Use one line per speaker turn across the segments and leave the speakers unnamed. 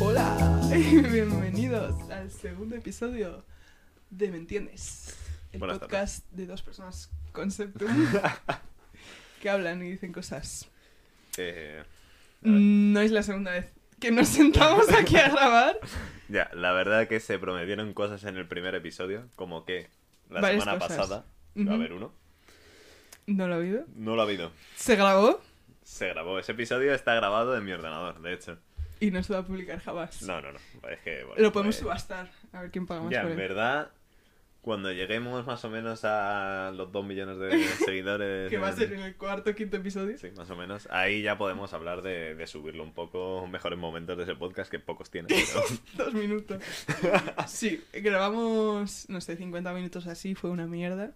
Hola, bienvenidos al segundo episodio de Me Entiendes, el
Buenas
podcast de dos personas conceptum que hablan y dicen cosas.
Eh, A ver.
No es la segunda vez que nos sentamos aquí a grabar.
ya, la verdad que se prometieron cosas en el primer episodio, como que la
Varias
semana
cosas.
pasada iba a
Ujú.
haber uno.
¿No lo ha oído?
No lo ha habido.
Se grabó
Se grabó. Ese episodio está grabado en mi ordenador, de hecho.
y no se va a publicar jamás.
No, no, no. Es que, bueno,
lo podemos
pues-
subastar, a ver quién paga más
Ya,
por
en
él.
verdad, cuando lleguemos más o menos a los 2 millones de seguidores...
Que va a
en-
ser en el cuarto quinto episodio.
Sí, más o menos. Ahí ya podemos hablar de, de subirlo un poco, mejores momentos de ese podcast que pocos tienen. pero-
Dos minutos. Sí, grabamos, no sé, 50 minutos así, fue una mierda.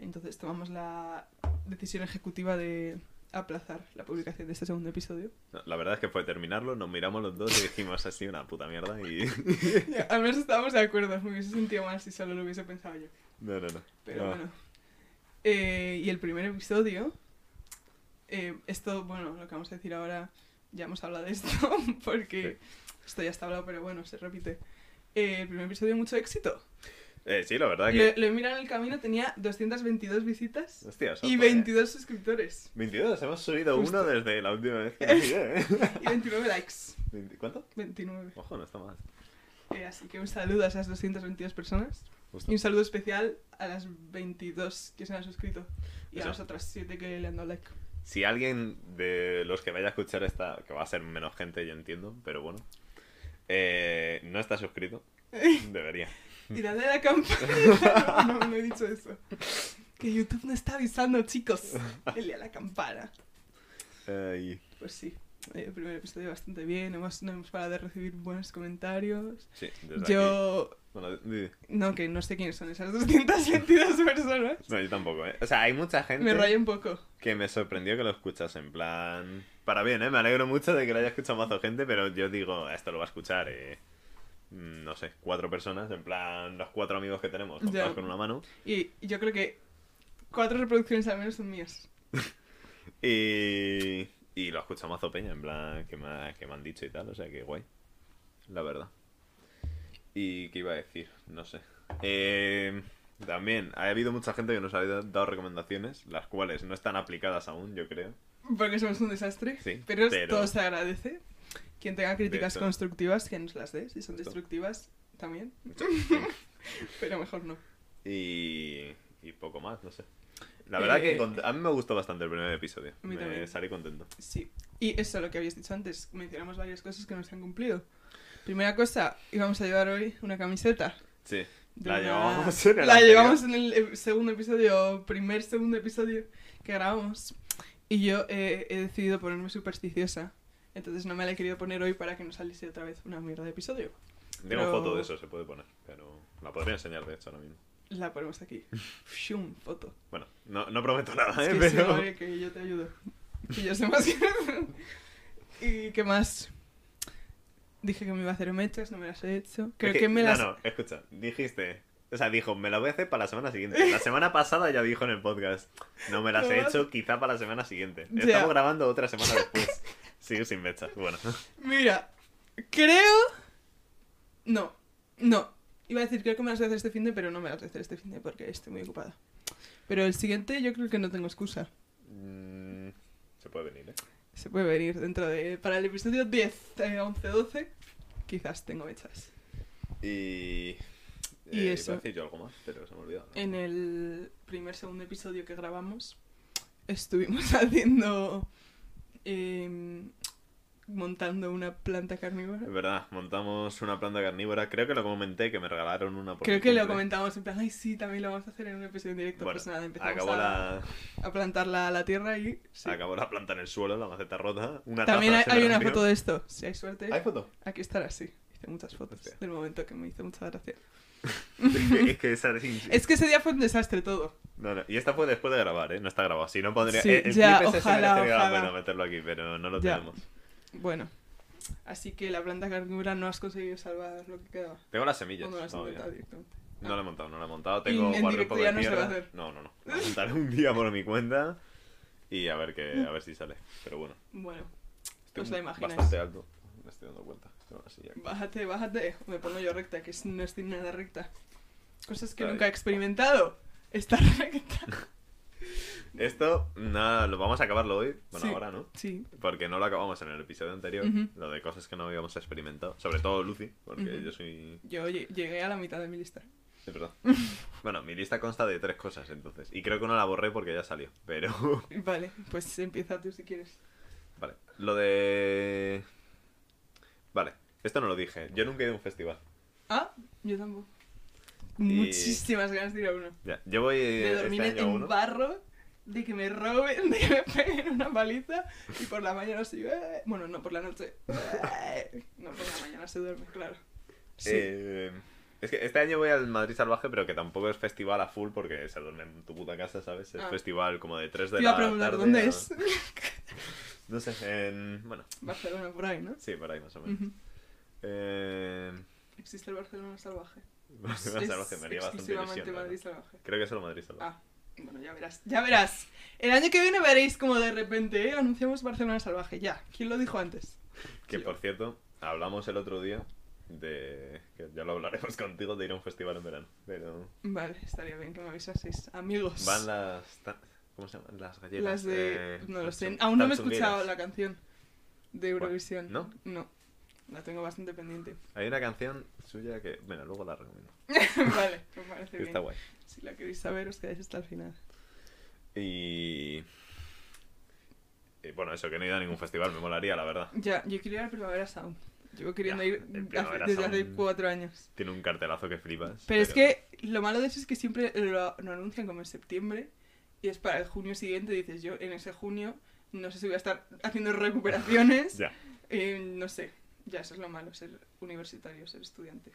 Entonces tomamos la decisión ejecutiva de aplazar la publicación de este segundo episodio.
No, La verdad es que fue terminarlo, nos miramos los dos y dijimos así una puta mierda y...
Ya, Al menos estábamos de acuerdo, me hubiese sentido mal si solo lo hubiese pensado yo.
No, no, no.
Pero
No.
bueno. Eh, y el primer episodio, eh, esto, bueno, lo que vamos a decir ahora, ya hemos hablado de esto, porque esto ya está hablado, pero bueno, se repite. Eh, el primer episodio, mucho éxito.
Eh, sí, la verdad que...
Lo, lo he mirado en el camino, tenía 222 visitas
Hostia, eso
y
fue-
22 suscriptores
22, hemos subido
Justo.
uno desde la última vez que lo miré, ¿eh?
y 29 likes.
Veinti- ¿Cuánto?
29.
Ojo, no está mal.
Eh, así que un saludo a esas 222 personas
Justo.
y un saludo especial a las 22 que se han suscrito y a
Eso.
las otras 7 que le han dado like.
Si alguien de los que vaya a escuchar esta, que va a ser menos gente, yo entiendo, pero bueno, eh, no está suscrito, debería.
Tirad de la campana. No, no, no he dicho eso. Que YouTube no está avisando, chicos. Dele a la campana.
Ay,
Pues sí. eh, El primer episodio bastante bien, hemos, no hemos parado de recibir buenos comentarios.
sí, desde aquí-
Yo
Bueno, di-
No, que no sé quiénes son esas 222 personas.
no, yo tampoco, ¿eh? O sea, hay mucha gente
Me rayo un poco.
que me sorprendió que lo escuchas en plan... Para bien, ¿eh? Me alegro mucho de que lo haya escuchado más gente, pero yo digo, esto lo va a escuchar, eh, mm, no sé, cuatro personas, en plan los cuatro amigos que tenemos, contados
Ya.
con una mano.
Y yo creo que cuatro reproducciones al menos son mías.
Y, y lo escucha mazo peña, en plan, que me, ha- que me han dicho y tal, o sea que guay. La verdad. ¿Y qué iba a decir? No sé. Eh, también, ha habido mucha gente que nos ha dado recomendaciones, las cuales no están aplicadas aún, yo creo.
Porque somos un desastre.
Sí,
pero,
pero-
todo se agradece. Quien tenga críticas
Esto.
constructivas, que nos las dé. Si son
Esto.
destructivas, también. Pero mejor no.
Y, y poco más, no sé.
Eh,
La verdad que cont- a mí me gustó bastante el primer episodio.
a mí
Me
también.
salí contento.
Sí. Y eso, lo que habías dicho antes. Mencionamos varias cosas que no se han cumplido. Primera cosa, íbamos a llevar hoy una camiseta.
Sí.
de
La
una-
llevábamos en el
la
anterior.
llevamos en el eh, segundo episodio, primer segundo episodio que grabamos. Y yo eh, he decidido ponerme supersticiosa. Entonces no me la he querido poner hoy para que no saliese otra vez una mierda de episodio.
Tengo
Pero-
foto de eso, se puede poner. Pero la podría enseñar, de hecho, ahora mismo.
La ponemos aquí. Shum, foto.
Bueno, no, no prometo nada,
Es
¿eh?
que sí,
pero...
hombre, que yo te ayudo. Que yo sé más que ¿Y qué más? Dije que me iba a hacer mechas, no me las he hecho. Creo
Es que-
que me
no,
las...
No, escucha, dijiste. O sea, dijo, me la voy a hacer para la semana siguiente. La semana pasada ya dijo en el podcast, no me las he
No.
hecho, quizá para la semana siguiente.
Ya.
Estamos grabando otra semana después. Sigo sin mechas. Bueno,
Mira, creo. No, no. Iba a decir, creo que me las voy a hacer este fin de, pero no me las voy a hacer este fin de porque estoy muy ocupada. Pero el siguiente, yo creo que no tengo excusa.
Mm, se puede venir, ¿eh?
Se puede venir dentro de. Para el episodio 10, eh, 11, 12, quizás tengo hechas.
Y. eh,
Y
iba a
eso.
decir yo algo más, pero se me ha olvidado.
En el primer, segundo episodio que grabamos, estuvimos haciendo. eh, montando una planta carnívora.
Es verdad, montamos una planta carnívora. Creo que lo comenté, que me regalaron una por
Creo
mi
que lo
cumple.
comentamos en plan, ay, sí, también lo vamos a hacer en un episodio en directo.
Bueno,
pues nada, empezamos
Acabó,
a...
la,
a plantarla a la tierra y... sí.
acabó la planta en el suelo, la maceta rota. Una
También hay,
taza se
hay una
rompió.
foto de esto, si hay suerte.
¿Hay foto?
Aquí estará, sí. Hice muchas fotos
Hostia.
del momento que me hizo mucha gracia.
es que esa es in-
Es que ese día fue un desastre todo.
No, no, y esta fue después de grabar, ¿eh? No está grabado. Si no podría...
Sí,
eh, el
ya,
clip ese se
ojalá,
merecería la
ojalá.
pena meterlo aquí, pero no lo
Ya.
tenemos.
Bueno. Así que la planta carnívora no has conseguido salvar lo que quedaba.
Tengo las
O
semillas.
no la has
todavía.
inventado directamente.
oh,
Ah,
No la he montado, no la he montado. Tengo
en
guardado un
directo
poco de
ya no se va
mierda.
a hacer.
No, no, no. La montaré un día por mi cuenta y a ver, que, a ver si sale. Pero bueno,
Bueno,
estoy
Os la
un-
imagináis.
bastante alto. Me estoy dando cuenta. Pero ahora sí ya-
bájate, bájate. Me pongo yo recta, que es- no estoy nada recta. Cosas que
Está
nunca he
bien.
experimentado. Está recta.
Esto, nada, lo vamos a acabarlo hoy. Bueno,
Sí.
ahora, ¿no?
Sí.
Porque no lo acabamos en el episodio anterior.
Ujú.
Lo de cosas que no habíamos experimentado. Sobre todo Lucy, porque
Ujú.
yo soy.
Yo lle- llegué a la mitad de mi lista.
Es verdad. bueno, mi lista consta de tres cosas entonces. Y creo que no la borré porque ya salió. Pero.
Vale, pues empieza tú si quieres.
vale. Lo de. Vale. Esto no lo dije. Yo nunca he ido a un festival.
Ah, yo tampoco.
Y-
Muchísimas ganas de ir a uno.
Ya, yo voy eh,
de dormir
este año a
en
uno.
barro, de que me roben, de que me peguen una paliza y por la mañana sí. eh, Bueno, no por la noche. eh, No por la mañana se duerme, claro. Sí.
Eh, es que este año voy al Madrid Salvaje, pero que tampoco es festival a full porque se duerme en tu puta casa, ¿sabes? Es
Ah.
festival como de 3 de
Te iba
la
a preguntar
tarde
dónde
a-
es.
No sé, en... Bueno,
Barcelona, por ahí, ¿no?
sí, por ahí más o menos.
Ujú.
Eh,
Existe el Barcelona salvaje.
Madrid Salvaje me haría bastante
exclusivamente
ilusión, la
Madrid
verdad.
salvaje.
Creo que es solo Madrid Salvaje.
Ah, bueno, ya verás. Ya verás. El año que viene veréis como de repente eh, anunciamos Barcelona salvaje. Ya. ¿Quién lo dijo antes?
que
Ah, sí.
por cierto, hablamos el otro día de... que ya lo hablaremos contigo de ir a un festival en verano. Pero
Vale, estaría bien que me avisaseis. Amigos.
van las... ta- ¿Cómo se llaman? Las galletas.
Las de.
eh,
no lo sé.
Samsung-
Aún no me he
Samsungueras.
escuchado la canción de
¿Cuál?
Eurovisión.
¿No?
No. La tengo bastante pendiente.
Hay una canción suya que... Bueno, luego la recomiendo.
vale, me parece
que
bien.
Está guay.
Si la queréis saber, os quedáis hasta el final.
Y... y bueno, eso, que no he ido a ningún festival, me molaría, la verdad.
Ya, yo quiero ir al Primavera Sound. Llevo queriendo
Ya,
ir
el
hace-
Primavera
desde hace
Sound.
cuatro años.
Tiene un cartelazo que flipas.
Pero es que lo malo de eso es que siempre lo, lo anuncian como en septiembre y es para el junio siguiente. Dices, yo en ese junio no sé si voy a estar haciendo recuperaciones.
Ya.
Eh, no sé. Ya, eso es lo malo, ser universitario, ser estudiante.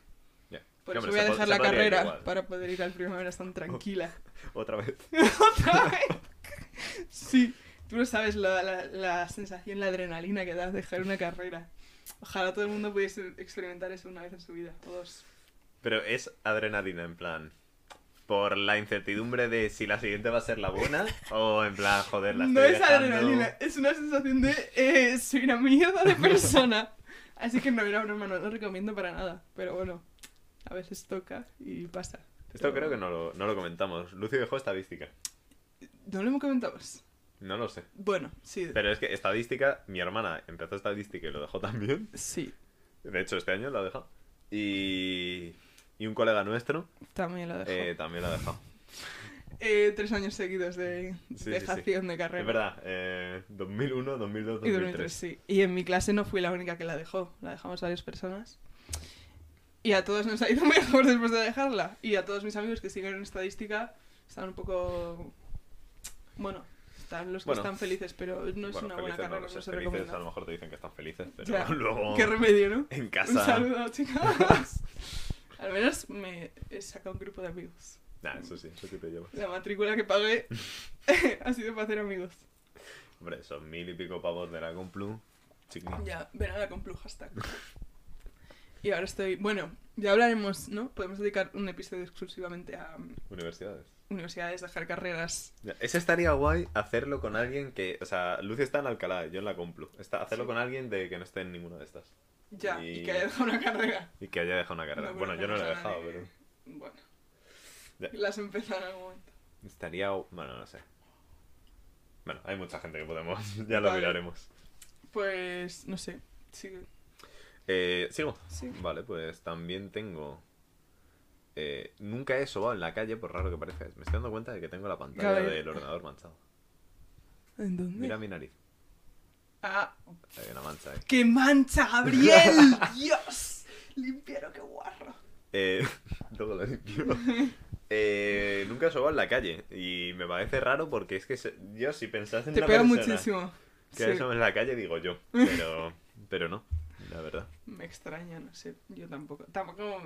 Ya.
Por
Que,
eso Pues
hombre,
voy a
se po-
dejar
se
la
podría ir
carrera
igual.
para poder ir al primavera tan tranquila.
Otra vez.
¿Otra vez? Sí, tú no sabes la, la- la sensación, la adrenalina que da dejar una carrera. Ojalá todo el mundo pudiese experimentar eso una vez en su vida, o dos.
Pero es adrenalina, en plan. Por la incertidumbre de si la siguiente va a ser la buena o en plan, joder, la
No
estoy
es
dejando.
adrenalina, es una sensación de eh, soy una mierda de persona. Así que no, no, broma, no lo recomiendo para nada. Pero bueno, a veces toca y pasa.
Esto creo que no lo, no lo comentamos. Lucio dejó estadística.
No lo hemos comentado. más.
No lo sé.
Bueno, sí.
Pero es que estadística, mi hermana empezó estadística y lo dejó también.
Sí,
De hecho, este año lo ha dejado. Y, y un colega nuestro
también lo dejo.
eh, también lo ha dejado.
Eh, tres años seguidos de
Sí, sí,
dejación de carrera.
Es verdad, eh, 2001, 2002,
Y 2003,
2003.
sí. Y en mi clase no fui la única que la dejó. La dejamos varias personas. Y a todos nos ha ido mejor después de dejarla. Y a todos mis amigos que siguen en estadística están un poco... Bueno, están los que
Bueno.
están felices, pero no es
Bueno,
una buena
felices
carrera,
no
no,
lo sé,
se
felices
recomienda.
a lo mejor te dicen que están felices, pero
Ya,
luego
Qué remedio, ¿no?
en
Un
casa...
saludo, chicas. Al menos me he sacado un grupo de amigos.
Nah, eso sí, eso sí te lleva.
La matrícula que pagué ha sido para hacer amigos.
Hombre, son mil y pico pavos de la Complu. Chiqui.
Ya, verano con Plu, hashtag. Y ahora estoy. Bueno, ya hablaremos, ¿no? Podemos dedicar un episodio exclusivamente a um,
Universidades.
universidades, dejar carreras.
Ya, Ese estaría guay hacerlo con alguien que. O sea, Lucio está en Alcalá, yo en la Complu. Está, hacerlo
Sí.
con alguien de que no esté en ninguna de estas.
Ya, y,
Y-
que haya dejado una carrera.
Y que haya dejado una carrera.
No eh.
bueno, yo no lo he
conocemos a
dejado,
nadie.
pero.
Bueno.
Ya.
Las empezar en algún momento.
Estaría. Bueno, no sé. Bueno, hay mucha gente que podemos. ya lo
Vale.
miraremos.
Pues, no sé. Sigue.
Eh, Sigo.
Sí.
Vale, pues también tengo. eh, nunca he sobado en la calle, por raro que parezca. Me estoy dando cuenta de que tengo la pantalla
Gabriel.
del ordenador manchado.
¿En dónde?
Mira mi nariz.
Ah,
Hay una mancha ahí.
¡Qué mancha, Gabriel! ¡Dios! Limpiaro, qué guarro.
Eh, luego lo limpio. Eh, nunca he sobado en la calle y me parece raro porque es que se- yo si pensás en
Te
una
pega
persona
muchísimo.
que
Sí.
eso en la calle digo yo, pero pero no, la verdad.
Me extraña, no sé, yo tampoco. Tampoco,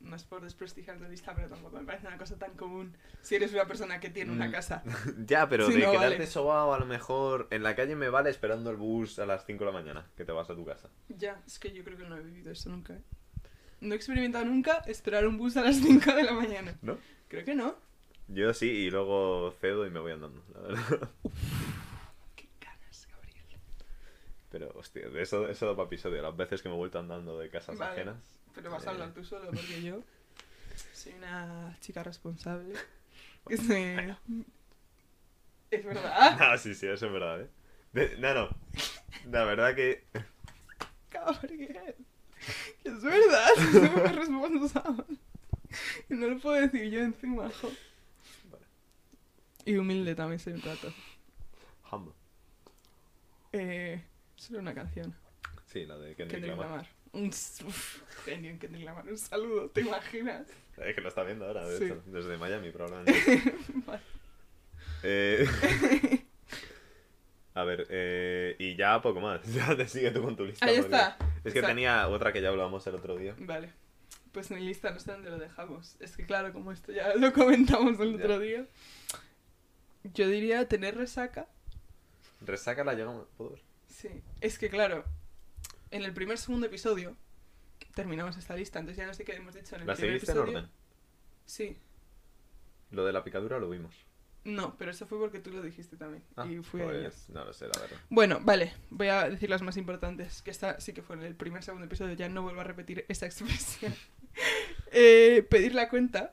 no es por desprestigiar tu lista, pero tampoco me parece una cosa tan común si eres una persona que tiene una
Mm.
casa.
Ya, pero
Sí,
de
no,
quedarte
vale.
sobado a lo mejor en la calle me vale esperando el bus a las 5 de la mañana que te vas a tu casa.
Ya, es que yo creo que no he vivido eso nunca. ¿eh? no he experimentado nunca esperar un bus a las 5 de la mañana.
¿No?
Creo que no.
Yo sí, y luego cedo y me voy andando, la verdad.
Qué ganas, Gabriel.
Pero, hostia, de eso, eso da para episodio. Las veces que me he vuelto andando de casas
Vale.
ajenas.
Pero vas a
Eh.
hablar tú solo porque yo soy una chica responsable. Que se... Es verdad,
Ah, sí, sí, eso es verdad, ¿eh? De- no, no. La verdad que...
Gabriel. Que es verdad, soy muy responsable. Y no lo puedo decir yo encima, jo.
Vale.
Y humilde también soy un rato.
Humble.
Eh, solo una canción.
Sí, la de Kendrick
Kendrick
Lamar.
Lamar. Un s- uf, genio en Kendrick Lamar. Un saludo, ¿te imaginas?
La de que lo está viendo ahora, de
Sí.
hecho, desde Miami probablemente.
Vale.
Eh, A ver, eh, y ya poco más. Ya te sigue tú con tu lista.
Ahí
porque-
está.
Es que
Está.
tenía otra que ya hablábamos el otro día.
Vale. Pues mi lista no sé dónde lo dejamos. Es que claro, como esto ya lo comentamos el
Ya.
otro día. Yo diría tener resaca.
Resácala, llegamos. ¿Puedo ver?
Sí. Es que claro, en el primer segundo episodio terminamos esta lista, entonces ya no sé qué hemos dicho en el
¿La
primer
seguiste en
episodio.
orden?
Sí.
Lo de la picadura lo vimos.
No, pero eso fue porque tú lo dijiste también.
Ah,
y fui a ello.
pues, No lo sé, la verdad.
Bueno, vale, voy a decir las más importantes, que esta sí que fue en el primer segundo episodio, ya no vuelvo a repetir esa expresión. Eh, pedir la cuenta,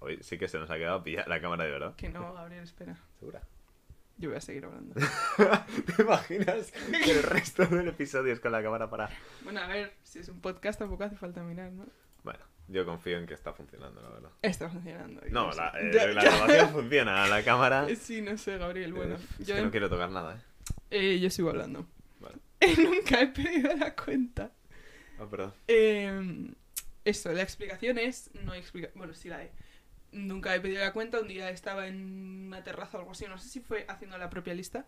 Hoy sí que se nos ha quedado pillada la cámara de verdad.
que no, Gabriel, espera,
Segura.
yo voy a seguir hablando.
¿Te imaginas que el resto del episodio es con la cámara para...?
Bueno, a ver, si es un podcast tampoco hace falta mirar, ¿no?
Bueno, yo confío en que está funcionando, la verdad.
Está funcionando. y
No,
sé.
la, eh,
Ya-
la
ya-
grabación funciona, la cámara...
Sí, no sé, Gabriel, bueno,
Eh, es
yo,
que no quiero tocar nada, ¿eh?
eh, yo sigo hablando.
Vale.
Nunca he pedido la cuenta.
Ah, perdón.
Eh, eso, la explicación es. No hay explica Bueno, sí la hay. Nunca he pedido la cuenta. Un día estaba en una terraza o algo así. No sé si fue haciendo la propia lista.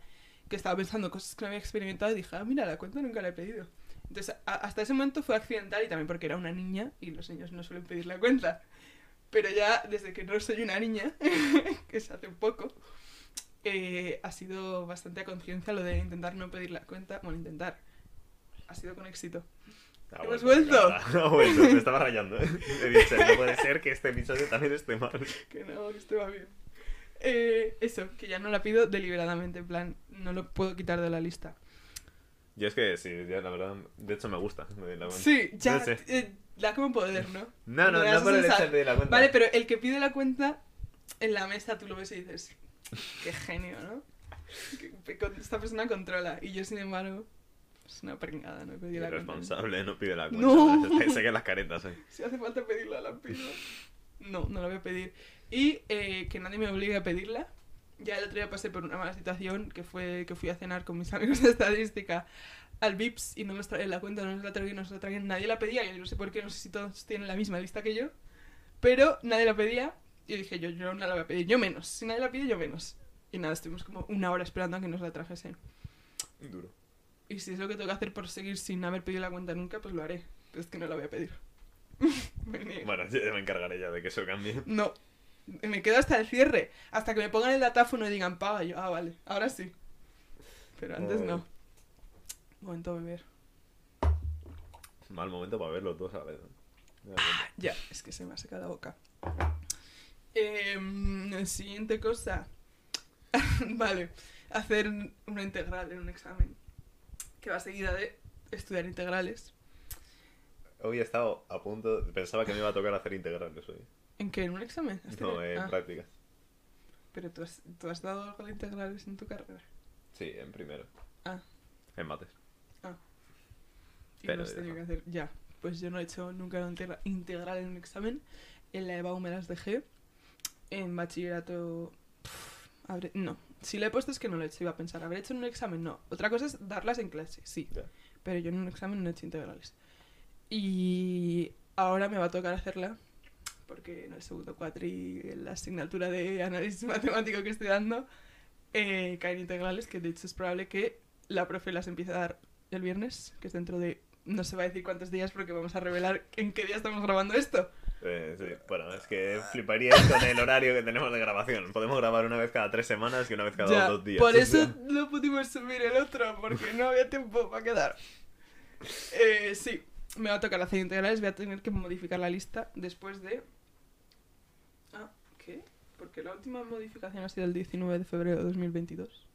Que estaba pensando cosas que no había experimentado. Y dije, ah, mira, la cuenta nunca la he pedido. Entonces, a- hasta ese momento fue accidental. Y también porque era una niña. Y los niños no suelen pedir la cuenta. Pero ya desde que no soy una niña, que es hace un poco, eh, ha sido bastante a conciencia lo de intentar no pedir la cuenta. Bueno, intentar. Ha sido con éxito.
Ha
¿Hemos
la
vuelto?
cámara, Ha vuelto, me estaba rayando. ¿eh? He dicho, no puede ser que este episodio también esté mal.
Que no, que esto va bien. Eh, eso, que ya no la pido deliberadamente, en plan, no lo puedo quitar de la lista.
Yo es que sí, ya, la verdad, de hecho me gusta. me doy la cuenta.
Sí, ya,
Ah, No sé.
eh, da como poder, ¿no?
No, no,
Me
no
das
por el
esa-
hecho de la cuenta.
Vale, pero el que pide la cuenta en la mesa tú lo ves y dices, qué genio, ¿no? Que- que con- Esta persona controla y yo, sin embargo, es una pringada, no he pedido la cuenta.
Irresponsable, no pide la cuenta.
No.
Sé que las caretas, ¿eh?
Si hace falta pedirla, la pido. No, no la voy a pedir. Y eh, que nadie me obligue a pedirla. Ya el otro día pasé por una mala situación, que fue que fui a cenar con mis amigos de estadística al Vips y no nos traen la cuenta, no nos la traían, no nos la traían, nadie la pedía, y no sé por qué, no sé si todos tienen la misma lista que yo, pero nadie la pedía y dije yo, yo no la voy a pedir, yo menos, si nadie la pide, yo menos. Y nada, estuvimos como una hora esperando a que nos la trajesen.
Duro.
Y si es lo que tengo que hacer por seguir sin haber pedido la cuenta nunca, pues lo haré, pero es que no la voy a pedir. Me niego.
Bueno, yo me encargaré ya de que eso cambie.
No. Me quedo hasta el cierre. Hasta que me pongan el datáfono y digan, paga. Yo, ah, vale. Ahora sí. Pero antes no. Momento a beber.
Mal momento para verlos dos a la vez. ¿eh? Me da cuenta.
Ya, es que se me ha secado la boca. Em, siguiente cosa. vale. Hacer una integral en un examen. Que va seguida de estudiar integrales.
Hoy he estado a punto. Pensaba que me iba a tocar hacer integrales hoy.
¿En qué? ¿En un examen? ¿Has
No,
tenido-
en
Ah,
prácticas.
Pero tú has, tú has dado algo de integrales en tu carrera.
Sí, en primero.
Ah.
En mates.
Y
Pero
lo has
ya
tenido que
está.
hacer ya. Pues yo no he hecho nunca una integra- integral en un examen. En la EBAU me las dejé. En bachillerato. pf, habré- no. Si le he puesto es que no lo he hecho. Iba a pensar, ¿habré hecho en un examen? No. Otra cosa es darlas en clase, sí.
Ya.
Pero yo en un examen no he hecho integrales. Y ahora me va a tocar hacerla. Porque en el segundo cuatri, en la asignatura de análisis matemático que estoy dando, eh, caen integrales. Que de hecho es probable que la profe las empiece a dar el viernes, que es dentro de. No se va a decir cuántos días porque vamos a revelar en qué día estamos grabando esto.
Eh,
Ah.
sí. Bueno, es que fliparías con el horario que tenemos de grabación. Podemos grabar una vez cada tres semanas que una vez cada
Ya,
dos días.
por
o
eso
sea.
no pudimos subir el otro, porque no había tiempo para quedar. Eh, sí, me va a tocar hacer integrales, voy a tener que modificar la lista después de... Ah, ¿qué? Porque la última modificación ha sido el 19 de febrero de 2022.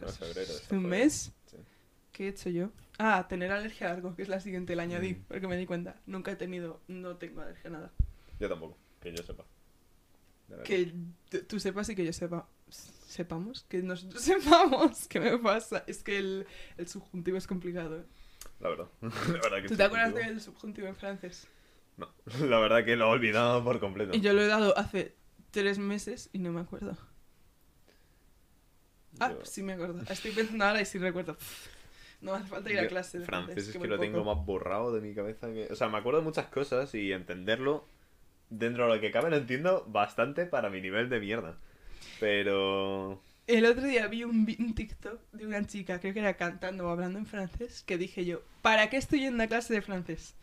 No, es febrero, es
¿Hace un
febrero.
mes?
Sí.
¿Qué he hecho yo? Ah, tener alergia a algo, que es la siguiente, la añadí,
Mm.
porque me di cuenta. Nunca he tenido, no tengo alergia a nada.
Yo tampoco, que yo sepa. De verdad.
Que t- tú sepas y que yo sepa. Sepamos, que nosotros sepamos qué me pasa. Es que el, el subjuntivo es complicado. ¿eh?
La verdad. La verdad que
¿Tú
es
te acuerdas
positivo.
del subjuntivo en francés?
No, la verdad que lo he olvidado por completo.
Y yo lo he dado hace tres meses y no me acuerdo. Ah,
Yo-
sí me acuerdo. Estoy pensando ahora y sí recuerdo. Pff, No hace falta ir a
yo-
clase. de
Francés es que
muy
lo tengo
poco.
más borrado de mi cabeza. que- O sea, me acuerdo de muchas cosas y entenderlo dentro de lo que cabe lo entiendo bastante para mi nivel de mierda. Pero...
El otro día vi un, vi- un TikTok de una chica, creo que era cantando o hablando en francés, que dije yo, ¿para qué estoy yendo a clase de francés?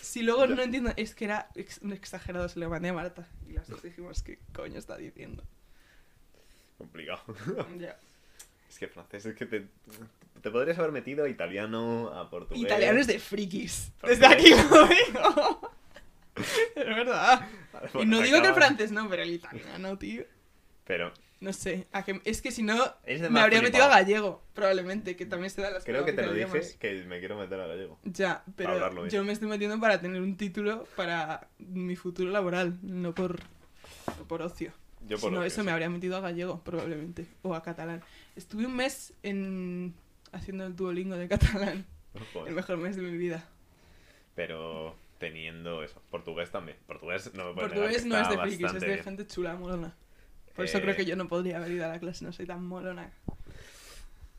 Si luego
Ya.
no entiendo, es que era ex- un exagerado, se lo mandé a Marta. Y las dos dijimos, ¿qué coño está diciendo?
Complicado.
Ya.
Es que francés es que te, te podrías haber metido a italiano, a portugués...
Italianos de frikis.
Portugués.
Desde aquí lo digo. es verdad.
Ah,
Y
bueno,
no digo que el
acaba-
francés no, pero el italiano, tío.
Pero
No sé, a que- es que si no,
es de
me
más
habría metido a
flipado.
gallego, probablemente, que también se da las
Creo que te lo
idiomas.
dije, que me quiero meter a gallego.
Ya,
hablarlo
pero
bien.
yo me estoy metiendo para tener un título para mi futuro laboral, no por, no por ocio.
Yo
Si
por lo
no,
que
eso
sé.
me habría metido a gallego, probablemente, o a catalán. Estuve un mes en haciendo el duolingo de catalán,
Joder.
el mejor mes de mi vida.
Pero teniendo eso. Portugués también. Portugués no me puedo
Portugués no
negar
es
que
de
está
frikis, es
bastante
de
bien.
gente chula, molona. Por eso
Eh,
creo que yo no podría haber ido a la clase, no soy tan molona.
Eh,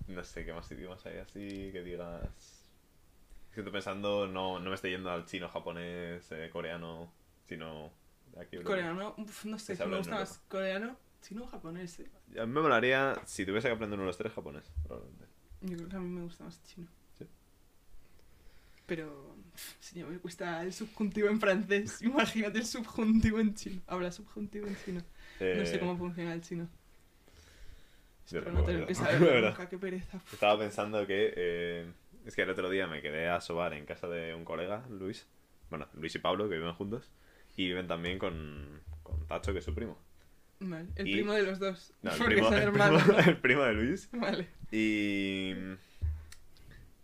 No sé qué más idiomas hay así que digas. Es que estoy pensando, no, no me estoy yendo al chino, japonés, eh, coreano, sino. Aquí europeo.
Coreano, uf, no sé,
Es
si me
hablar
gusta
en
más coreano, chino o japonés. eh.
A mí me molaría si tuviese que aprender uno de los tres japonés, probablemente.
Yo creo que a mí me gusta más chino.
Sí.
Pero, si me cuesta el subjuntivo en francés, imagínate el subjuntivo en chino. Habla subjuntivo en chino. No
Eh,
sé cómo funciona el chino.
yo
Pero no
tampoco,
tener que
la
saber
verdad.
nunca, qué pereza.
Estaba pensando que. eh, es que el otro día me quedé a sobar en casa de un colega, Luis. Bueno, Luis y Pablo, que viven juntos. Y viven también con, con Tacho, que es su primo.
Mal. El
Y-
primo de los dos.
No, el,
porque
primo,
son
el
hermanos.
primo- el primo de Luis.
¿no? Vale.
Y.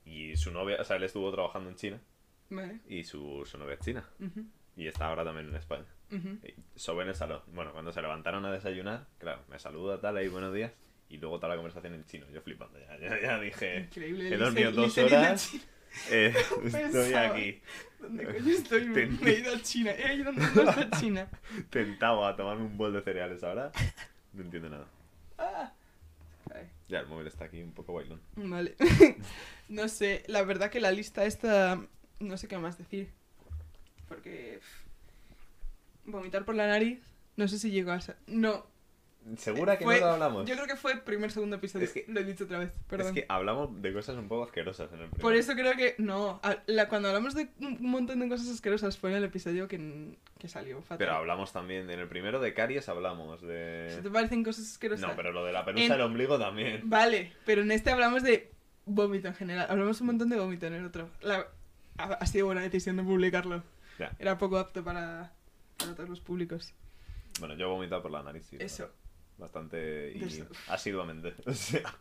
Y su novia, o sea, él estuvo trabajando en China.
Vale.
Y su, su novia es china.
Ujú,
Y está ahora también en España.
ujú.
Y Sobre en el salón. Bueno, cuando se levantaron a desayunar, claro, me saluda, tal, ahí, buenos días. Y luego toda la conversación en chino. Yo flipando, ya, ya, ya dije.
Increíble.
Eh, he
el
dormido
listen-
dos
listening de
horas.
China.
eh, estoy
pensaba.
aquí
¿Dónde coño estoy? Me
Te-
me he ido a China. Eh, ¿dónde no está China?
tentado a tomarme un bol de cereales ahora. No entiendo nada.
Ah. Ay.
Ya, el móvil está aquí un poco bailón.
Vale. no sé, la verdad que la lista esta. No sé qué más decir. Porque. pff, Vomitar por la nariz. No sé si llegó a. sa- No.
¿Segura que
fue-
no lo hablamos?
Yo creo que fue el primer, segundo episodio.
Pues Es que-
Lo he dicho otra vez, perdón.
Es que hablamos de cosas un poco asquerosas en el primer.
Por eso creo que. No. a- la- cuando hablamos de un un montón de cosas asquerosas fue en el episodio que, n- que salió fatal.
Pero hablamos también, en el primero de caries hablamos de...
Si te parecen cosas asquerosas.
No, pero lo de la pelusa
En-
del ombligo también.
Vale, pero en este hablamos de vómito en general. Hablamos un montón de vómito en el otro. La- Ha, ha sido buena decisión de publicarlo.
Ya.
Era poco apto para, para todos los públicos.
Bueno, yo he vomitado por la nariz. sí, la
Eso. Pues,
verdad. Bastante y
Eso.
asiduamente. O sea,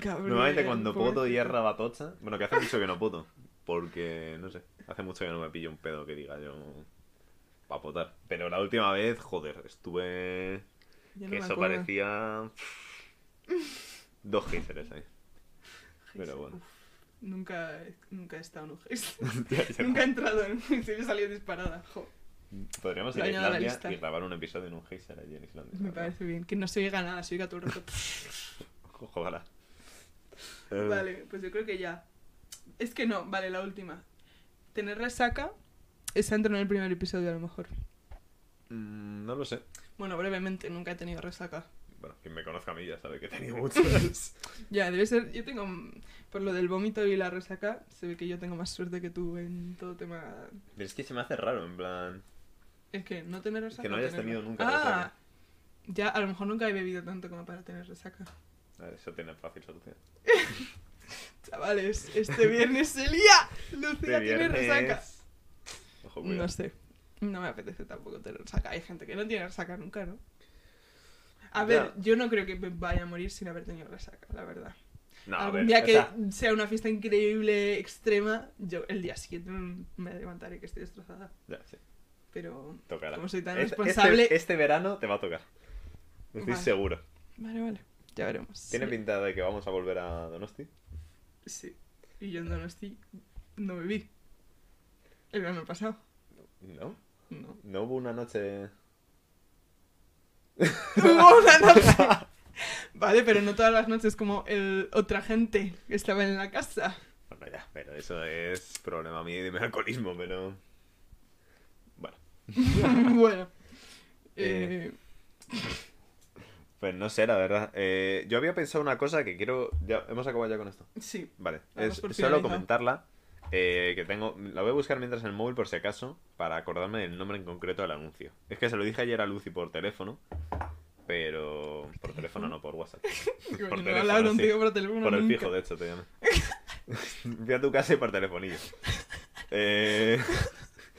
Cabrón,
normalmente
el
cuando
pobre-
puto y es rabatocha... Bueno, que hace mucho que no puto. Porque, no sé, hace mucho que no me pillo un pedo que diga yo... Pa' potar. Pero la última vez, joder, estuve...
Ya no
que
me
eso
acuerdo.
parecía... Dos géiseres ahí. Pero
Jesús,
bueno.
Nunca, nunca he estado en un gesto.
Ya, ya.
nunca he entrado en un gesto y he salido disparada. Jo,
Podríamos ir
Lo
a
añado a la
Islandia
lista.
y grabar un episodio en un geyser allí en Islandia.
pues me
la verdad.
parece bien. Que no se oiga nada, se oiga todo el rato.
Ojalá. Eh,
Vale, pues yo creo que ya. Es que no, vale, la última. Tener resaca, esa entra en el primer episodio a lo mejor.
mm, No lo sé.
Bueno, brevemente, nunca he tenido resaca.
Bueno, quien me conozca a mí ya sabe que he tenido muchas.
Ya, debe ser. Yo tengo. mm, Por lo del vómito y la resaca, se ve que yo tengo más suerte que tú en todo tema.
Pero es que se me hace raro, en plan.
Es que no tener resaca.
Que no
o
hayas
tenerla.
tenido nunca
Ah, ya, a lo
Ah,
mejor nunca he bebido tanto como para tener resaca.
resaca. Eso tiene fácil solución.
Chavales, este viernes se lía. Lucía tiene
Este viernes. oh,
resaca.
Ojo, cuidado.
No sé. No me apetece tampoco tener resaca. Hay gente que no tiene resaca nunca, ¿no? A
Ya.
ver, yo no creo que me vaya a morir sin haber tenido resaca, la verdad.
No, a
Algún
ver,
día
o
que
sea,
sea una fiesta increíble, extrema, yo el día siguiente me levantaré que estoy destrozada.
ya, sí,
Pero
tocará.
como soy tan
Este- este-
responsable...
Este, verano te va a tocar. Estoy
Vale.
seguro.
Vale, vale. Ya veremos.
¿Tiene
Sí.
pinta de que vamos a volver a Donosti?
Sí. Y yo en Donosti no bebí. El verano pasado.
No.
No.
No hubo una noche.
Hubo una noche. Vale, pero no todas las noches como el otra gente que estaba en la casa.
Bueno, ya, pero eso es problema mío y de mi alcoholismo, pero. Bueno.
bueno.
Eh.
Eh,
Pues no sé, la verdad. Eh, yo había pensado una cosa que quiero. Ya, hemos acabado ya con esto.
sí.
Vale.
Vamos
Es
por
solo
finalizado.
comentarla. eh, que tengo. La voy a buscar mientras en el móvil por si acaso. Para acordarme del nombre en concreto del anuncio. Es que se lo dije ayer a Lucy por teléfono. Pero. Por teléfono, no, por WhatsApp.
Digo, yo no he
Por teléfono,
hablado contigo
sí.
por teléfono
Por el
nunca.
fijo, de hecho, te llamé. Fui a tu casa y por telefonillo. Eh,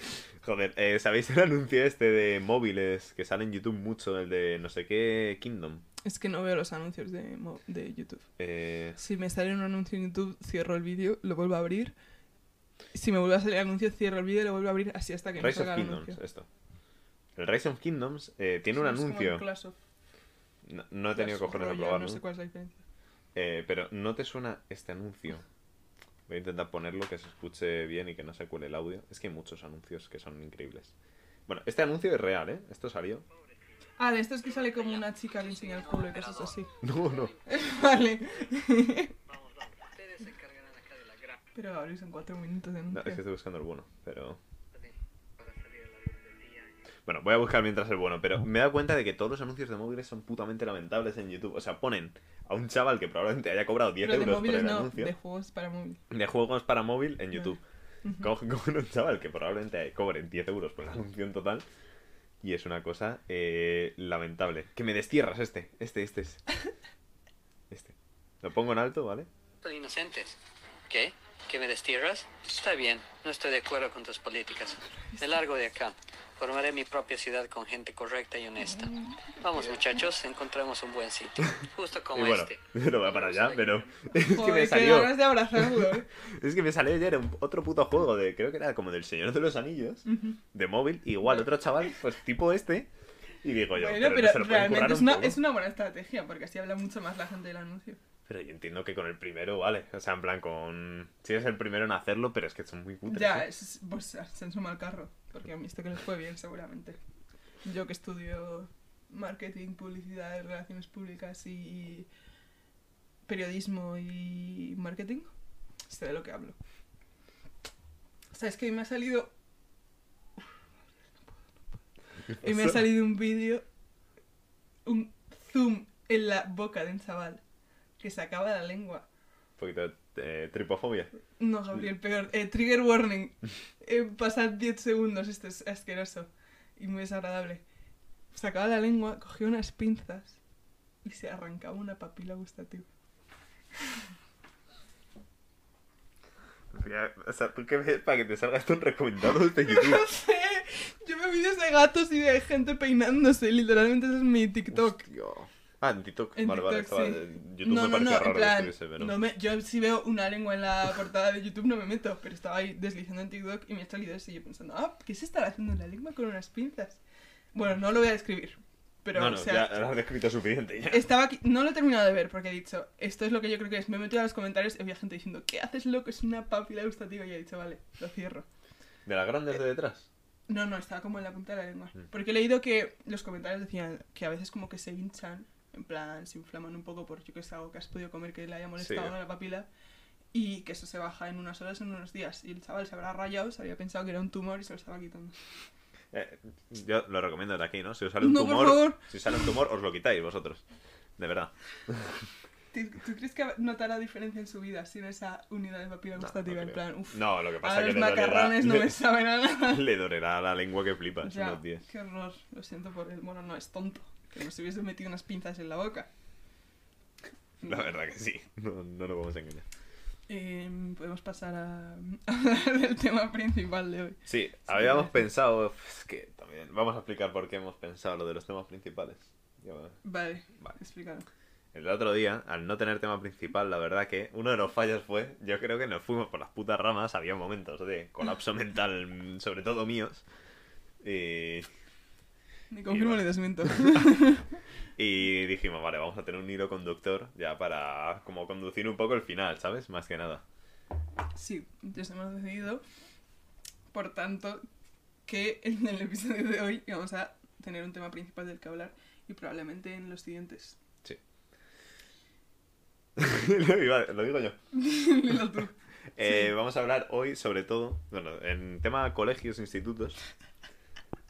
Joder, eh, ¿sabéis el anuncio este de móviles que sale en YouTube mucho? El de no sé qué Kingdom.
Es que no veo los anuncios de, mo- de YouTube.
Eh,
Si me sale un anuncio en YouTube, cierro el vídeo, lo vuelvo a abrir. Si me vuelve a salir el anuncio, cierro el vídeo y lo vuelvo a abrir así hasta que me
Rise of
salga el
Kingdoms,
anuncio.
esto. El Rise of Kingdoms eh, tiene un
Es como
anuncio.
el Clash of-
No, no he tenido
Clash
cojones de
Royale,
probarlo.
No sé cuál es la diferencia.
Eh, pero ¿no te suena este anuncio? Voy a intentar ponerlo, que se escuche bien y que no se cuele el audio. Es que hay muchos anuncios que son increíbles. Bueno, este anuncio es real, ¿eh? Esto salió.
Ah, de esto es que sale como una chica que enseña el culo y cosas así.
No, no.
vale.
Vamos, vamos. Ustedes se encargarán acá de la gran
Pero abrís en cuatro minutos de
No,
anuncio.
es que estoy buscando el bueno, pero...
tarde para salir a la luz del día.
Bueno, voy a buscar mientras el bueno, pero me he dado cuenta de que todos los anuncios de móviles son putamente lamentables en YouTube. O sea, ponen a un chaval que probablemente haya cobrado 10
Pero de
euros por
móviles
el
no,
anuncio
de juegos para móvil.
de juegos para móvil en YouTube.
Ujú.
Cogen cogen un chaval que probablemente cobre 10 euros por el anuncio en total. Y es una cosa eh, lamentable. Que me destierras este, este, este es. Este. Lo pongo en alto, ¿vale?
Son inocentes. ¿Qué? ¿Que me destierras? Está bien, no estoy de acuerdo con tus políticas. Me largo de acá. Formaré mi propia ciudad con gente correcta y honesta. Vamos muchachos, encontramos un buen sitio. Justo
Y
como
bueno,
este.
no va para allá, pero es que
Joder,
me
qué
salió.
ganas de abrazarlo. ¿eh?
Es que me salió ayer un- otro puto juego de, creo que era como del Señor de los Anillos,
Ujú.
de móvil, igual otro chaval, pues tipo este, y digo yo,
bueno,
pero,
pero,
no se lo pueden currar
realmente es
un
una,
poco?
es una buena estrategia, porque así habla mucho más la gente del anuncio.
Pero yo entiendo que con el primero, vale, o sea, en plan con... Si eres el primero en hacerlo, pero es que son muy ¿eh? putas.
Ya, es- es- pues se han sumado al carro, porque han visto que les fue bien, seguramente. Yo que estudio marketing, publicidad, relaciones públicas y periodismo y marketing, sé de lo que hablo. ¿Sabes que hoy me ha salido, hoy me ha salido un vídeo, un zoom en la boca de un chaval que sacaba la lengua.
Un poquito de eh, tripofobia.
No, Gabriel, peor. Eh, trigger warning. Eh, pasad 10 segundos, esto es asqueroso y muy desagradable. Sacaba la lengua, cogía unas pinzas y se arrancaba una papila gustativa.
Ya, O sea, ¿tú qué ves para que te salga esto en recomendados de YouTube?
No sé, yo veo vídeos de gatos y de gente peinándose, literalmente ese es mi TikTok.
Hostia. Ah, en TikTok.
En
vale, vale,
TikTok,
estaba-
sí.
YouTube me parecía raro
en plan,
que estuviese, pero...
no me- yo si veo una lengua en la portada de YouTube no me meto, pero estaba ahí deslizando en TikTok y me ha salido eso y yo pensando, ah, ¿qué se estará haciendo en la lengua con unas pinzas? Bueno, no lo voy a describir, pero
no, no,
o sea,
ya lo has descrito suficiente, ya.
estaba aquí- no lo he terminado de ver porque he dicho, esto es lo que yo creo que es. Me he metido a los comentarios y había gente diciendo, ¿qué haces loco? Es una papila gustativa. Y he dicho, vale, lo cierro.
De las grandes
eh,
de detrás.
No, no, estaba como en la punta de la lengua.
Mm.
Porque he leído que los comentarios decían que a veces como que se hinchan, en plan, se inflaman un poco por yo que sé, algo que has podido comer que le haya molestado
Sí.
¿no? la papila. Y que eso se baja en unas horas, en unos días. Y el chaval se habrá rayado, se habría pensado que era un tumor y se lo estaba quitando.
Eh, yo lo recomiendo de aquí, ¿no? Si os sale un
No, por
tumor,
favor.
si sale un tumor, os lo quitáis vosotros. De verdad.
¿Tú tú crees que notará diferencia en su vida sin esa unidad de papila
No, no
gustativa? en
creo.
plan, uff,
No, lo que pasa
ahora los
es que le dolerá,
macarrones no me saben a nada.
le dolerá la lengua que flipas
Ya,
unos días.
qué horror. Lo siento por él. Bueno, no, es tonto. Que nos hubiese metido unas pinzas en la boca. Mm.
La verdad que sí, no, no nos vamos a engañar.
Em, podemos pasar a a hablar del tema principal de hoy.
Sí, habíamos pensado. Es que también. Vamos a explicar por qué hemos pensado lo de los temas principales. Yo-
Vale,
Vale.
explícalo.
El otro día, al no tener tema principal, la verdad que uno de los fallos fue, yo creo que nos fuimos por las putas ramas, había momentos de colapso mental, mm, sobre todo míos. Y,
Ni confirmo ni
bueno.
desmiento.
y dijimos, vale, vamos a tener un hilo conductor ya para como conducir un poco el final, ¿sabes? Más que nada.
Sí, ya se hemos decidido, por tanto, que en el episodio de hoy vamos a tener un tema principal del que hablar y probablemente en los siguientes.
lo, iba- lo digo yo.
Dilo tú.
Eh, Vamos a hablar hoy sobre todo, bueno, en tema colegios, institutos.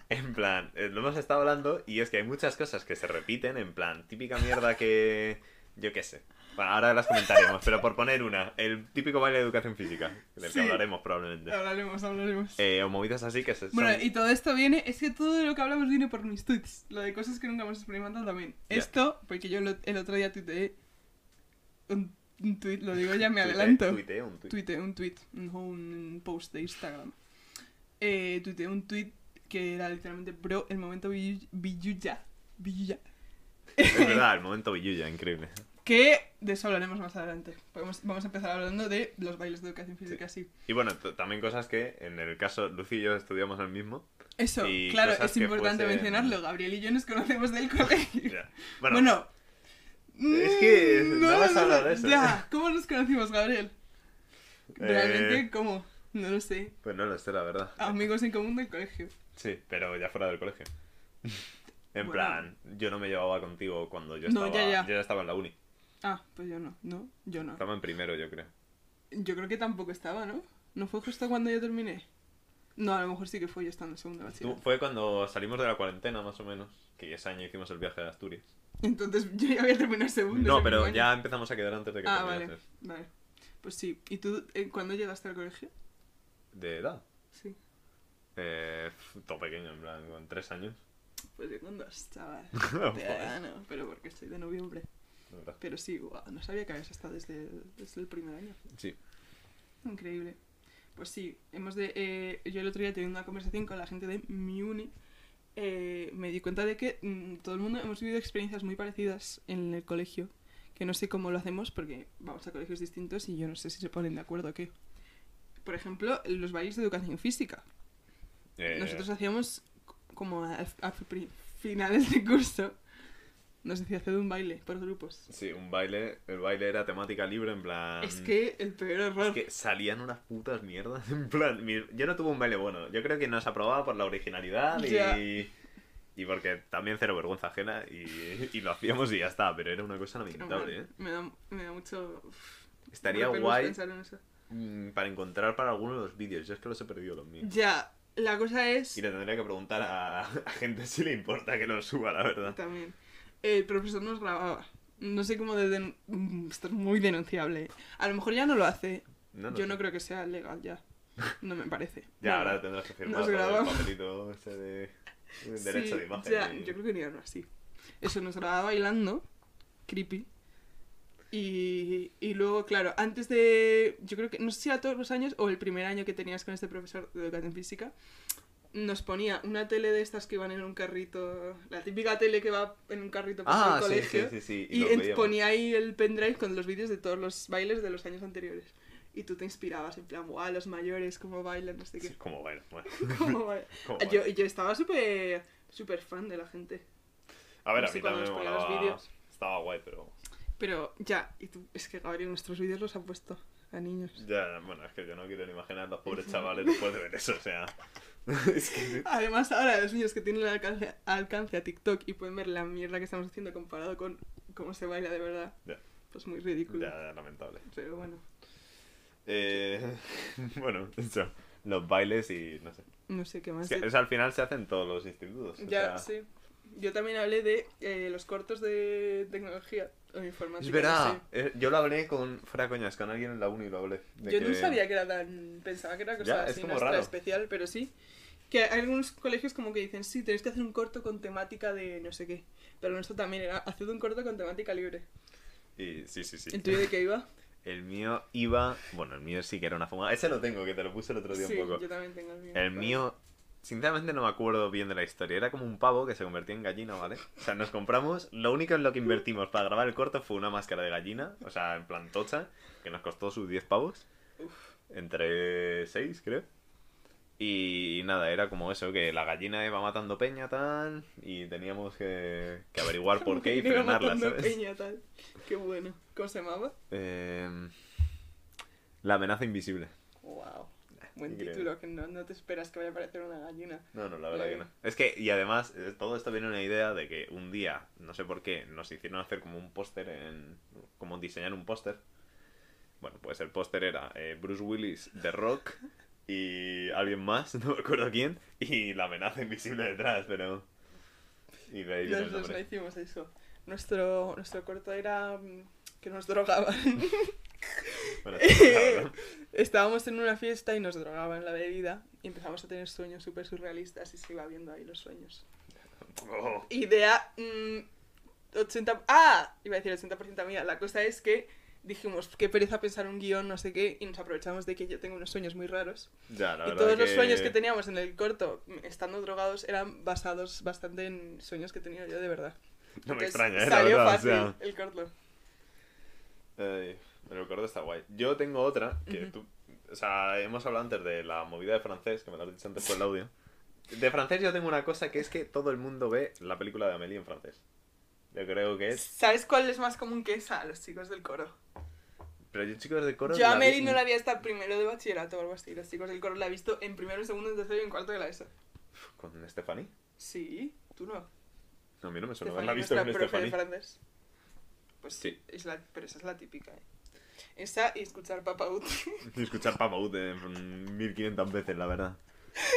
En plan, eh, lo hemos estado hablando y es que hay muchas cosas que se repiten, en plan, típica mierda que... Yo qué sé. Bueno, ahora las comentaremos, pero por poner una, el típico baile de educación física, del
Sí.
que hablaremos probablemente.
Hablaremos, hablaremos.
Eh, o movidas así que se...
bueno,
son-
y todo esto viene, es que todo de lo que hablamos viene por mis tweets, lo de cosas que nunca hemos experimentado también.
Ya.
Esto, porque yo lo- el otro día tuiteé un, un tweet, lo digo ya, me
tuite-
adelanto.
tuiteo un tuit.
Tuiteé un tweet, no un post de Instagram. Eh, tuiteé un tweet que era literalmente, bro, el momento Billu- Billuya. Billuya.
Es verdad, el momento Villuya, increíble.
Que de eso hablaremos más adelante. Podemos- vamos a empezar hablando de los bailes de educación física, sí.
Y bueno, t- también cosas que en el caso Lucy y yo estudiamos el mismo.
Eso,
Y
claro,
cosas
es
que
importante
fuesen-
mencionarlo. Gabriel y yo nos conocemos del colegio.
Ya.
Bueno,
es que
mm,
no vas a hablar de eso,
Ya, ¿cómo nos conocimos, Gabriel? Realmente,
eh,
¿cómo? No lo sé.
pues no lo sé, la verdad.
Amigos en común del colegio.
Sí, pero ya fuera del colegio. En
Bueno.
plan, yo no me llevaba contigo cuando yo
No,
estaba,
ya, Ah. ya.
yo estaba en la uni.
Ah, pues yo no, no, yo no.
Estaba en primero, yo creo.
Yo creo que tampoco estaba, ¿no? ¿No fue justo cuando yo terminé? No, a lo mejor sí que fue yo estando en segundo de
Tú-
bachillerato.
fue cuando salimos de la cuarentena, más o menos, que ese año hicimos el viaje a Asturias.
Entonces yo ya había terminado segundo.
No,
ese
pero
mismo año.
ya empezamos a quedar antes de que
Ah,
terminases.
vale, vale. Pues sí. ¿Y tú eh, cuándo llegaste al colegio?
De edad.
Sí.
Eh, f- todo pequeño, en plan, con tres años.
Pues yo con dos, chaval.
Joder.
Verano, pero porque soy de noviembre.
de verdad.
Pero sí, guau, no sabía que habías estado desde el, desde el primer año.
Sí.
Increíble. Pues sí, hemos de, eh, yo el otro día teniendo una conversación con la gente de mi uni, eh, me di cuenta de que mm, todo el mundo hemos vivido experiencias muy parecidas en el colegio, que no sé cómo lo hacemos porque vamos a colegios distintos y yo no sé si se ponen de acuerdo o qué. Por ejemplo, los bailes de educación física.
Eh,
Nosotros hacíamos c- como a, a pri- finales de curso, nos decía hacer un baile por grupos.
Sí, un baile. El baile era temática libre, en plan.
Es que el peor error.
Ah. Es que salían unas putas mierdas. En plan, mi- yo no tuve un baile bueno. Yo creo que nos aprobaba por la originalidad y.
Ya.
Y porque también cero vergüenza ajena y, y lo hacíamos y ya está. Pero era una cosa
Pero
lamentable, ¿eh?
bueno, me, da, me da mucho. uf,
Estaría
repelús
guay
pues pensar en eso.
mm, para encontrar para alguno de los vídeos. Yo es que los he perdido los míos.
Ya, la cosa es.
Y le tendría que preguntar a, a gente si le importa que los suba, la verdad.
También. El profesor nos grababa. No sé cómo de. den- mm, Esto es muy denunciable. A lo mejor ya no lo hace. Yo
sé.
no creo que sea legal ya. No me parece.
Ya,
No,
ahora
no.
tendrás que
Nos
firmar todo el
grabamos.
papelito ese de de derecho
Sí,
de imagen.
ya,
y-
yo creo que ni era así. Eso nos grababa bailando. Creepy. Y, y luego, claro, antes de. Yo creo que. No sé si a todos los años o el primer año que tenías con este profesor de educación física. Nos ponía una tele de estas que iban en un carrito. La típica tele que va en un carrito por
Ah,
el
sí,
colegio.
sí, sí, sí.
Y
los
en-
veíamos.
ponía ahí el pendrive con los vídeos de todos los bailes de los años anteriores. Y tú te inspirabas en plan, wow, los mayores, cómo bailan, no sé qué.
Sí, como bueno, bueno.
Cómo bailan.
como
Ah, Yo,
bueno.
yo estaba súper súper fan de la gente.
A ver,
no
a
sé
mí
cuándo
también me
nos ponía los
molaba.
vídeos.
Estaba guay, pero.
Pero ya, y tú, es que Gabriel nuestros vídeos los ha puesto a niños.
Ya, bueno, es que yo no quiero ni imaginar los pobres chavales después de ver eso, o sea. es que.
Además, ahora los niños que tienen el alcance, alcance a TikTok y pueden ver la mierda que estamos haciendo comparado con cómo se baila de verdad,
Ya.
pues muy ridículo.
Ya, lamentable.
Pero bueno,
Eh, bueno, eso. Los bailes y no sé.
no sé qué más.
Es que
de-
eso al final se hace en todos los institutos. o
Ah, Ya,
sea.
sí. Yo también hablé de eh, los cortos de tecnología o informática.
Es
no
verdad,
sé.
eh, yo lo hablé con, fuera coñas, con alguien en la uni lo hablé. de
Yo no
que-
sabía que era tan. Pensaba que era cosa
Ya, es
así,
como
una extra
raro.
especial, pero sí. Que hay algunos colegios como que dicen, sí, tenéis que hacer un corto con temática de no sé qué. Pero nuestro también era, haced un corto con temática libre.
Y, sí, sí, sí.
¿El tuyo de qué iba?
El mío iba. Bueno, el mío sí que era una fumada. Ese lo tengo, que te lo puse el otro día
Sí,
un poco.
yo también tengo el mío.
El mío, sinceramente no me acuerdo bien de la historia. Era como un pavo que se convertía en gallina, ¿vale? O sea, nos compramos, lo único en lo que invertimos para grabar el corto fue una máscara de gallina, o sea, en plan tocha, que nos costó sus 10 pavos. Entre 6, creo. Y nada, era como eso, que la gallina iba matando peña tal, y teníamos que, que averiguar por qué y
Me iba
frenarla,
matando
¿sabes?
peña, tal. Qué bueno. ¿Cómo se llamaba?
Em, la amenaza invisible.
Wow. Buen
Increíble.
título, que no, no te esperas que vaya a aparecer una gallina.
No, no, la verdad que
Eh.
no. Es que, y además, eh, todo esto viene de una idea de que un día, no sé por qué, nos hicieron hacer como un póster en... como diseñar un póster. Bueno, pues el póster era eh, Bruce Willis, The Rock y alguien más, no me acuerdo quién, y la amenaza invisible detrás, pero... Y de ahí viene
Los
el
dos no
nombre.
hicimos eso. Nuestro, nuestro corto era mm, que nos drogaban.
Bueno, sí, claro, ¿no?
Estábamos en una fiesta y nos drogaban la bebida y empezamos a tener sueños súper surrealistas y se iba viendo ahí los sueños.
Oh,
Idea mm, 80... ¡Ah! Iba a decir 80% mía. La cosa es que dijimos, qué pereza pensar un guión, no sé qué, y nos aprovechamos de que yo tengo unos sueños muy raros.
ya, la
y
verdad
todos los sueños que teníamos en el corto, mm, estando drogados, eran basados bastante en sueños que he tenido yo de verdad.
No me
Entonces,
extraña, ¿eh? La
Salió
verdad, o
fácil
sea.
el corto.
Ay, me recuerdo está guay. Yo tengo otra que
Ujú.
tú. O sea, hemos hablado antes de la movida de francés, que me lo has dicho antes por el audio. De francés yo tengo una cosa que es que todo el mundo ve la película de Amélie en francés. Yo creo que es.
¿Sabes cuál es más común que esa? Los chicos del coro.
Pero yo, chicos de coro.
Yo a
la vi-
Meli no la vi hasta primero de bachillerato o algo así. Los chicos del coro la he visto en primero, en segundo, en tercero y en cuarto de la ESO.
¿Con Stephanie?
Sí, tú no.
No, a mí no me suena
Estefani,
haberla visto con
nuestra profe de
Stephanie.
francés. Pues
Sí.
sí. Es la, pero esa es la típica, ¿eh? Esa y escuchar Papa Ut.
Y escuchar Papaud eh, mm, 1500 veces, la verdad.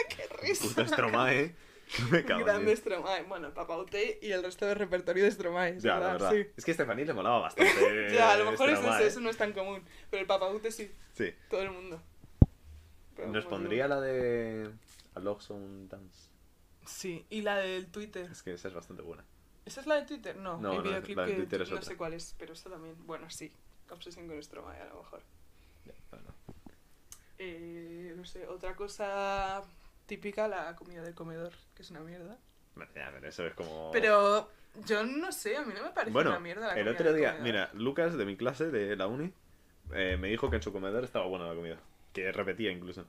¡Qué risa!
Puta Stromae, eh. Me cago en
Grande
Dios.
Stromae. Bueno, Papa Ut y el resto del repertorio de Stromae. es
Ya, la verdad.
Sí.
Es que a Stephanie le molaba bastante.
Ya, a lo mejor eso,
Stromae.
eso no es tan común. Pero el Papa Ut sí,
Sí.
todo el mundo. Pero
Nos
bueno.
pondría la de. A Love Song Dance.
Sí, y la del Twitter.
Es que esa es bastante buena.
¿Esa es la de Twitter? No,
No,
el
no,
videoclip
la de
que
Twitter es
no
otra.
sé cuál es, pero esa también. Bueno, sí, obsesión con Stromae a lo mejor.
Bueno,
Eh, no sé, otra cosa típica, la comida del comedor, que es una mierda.
bueno, ya, pero eso es como.
Pero yo no sé, a mí no me parece
Oh. bueno,
una mierda la
el
comida
otro
del
día,
comedor.
mira, Lucas de mi clase de la uni eh, me dijo que en su comedor estaba buena la comida. Que repetía incluso.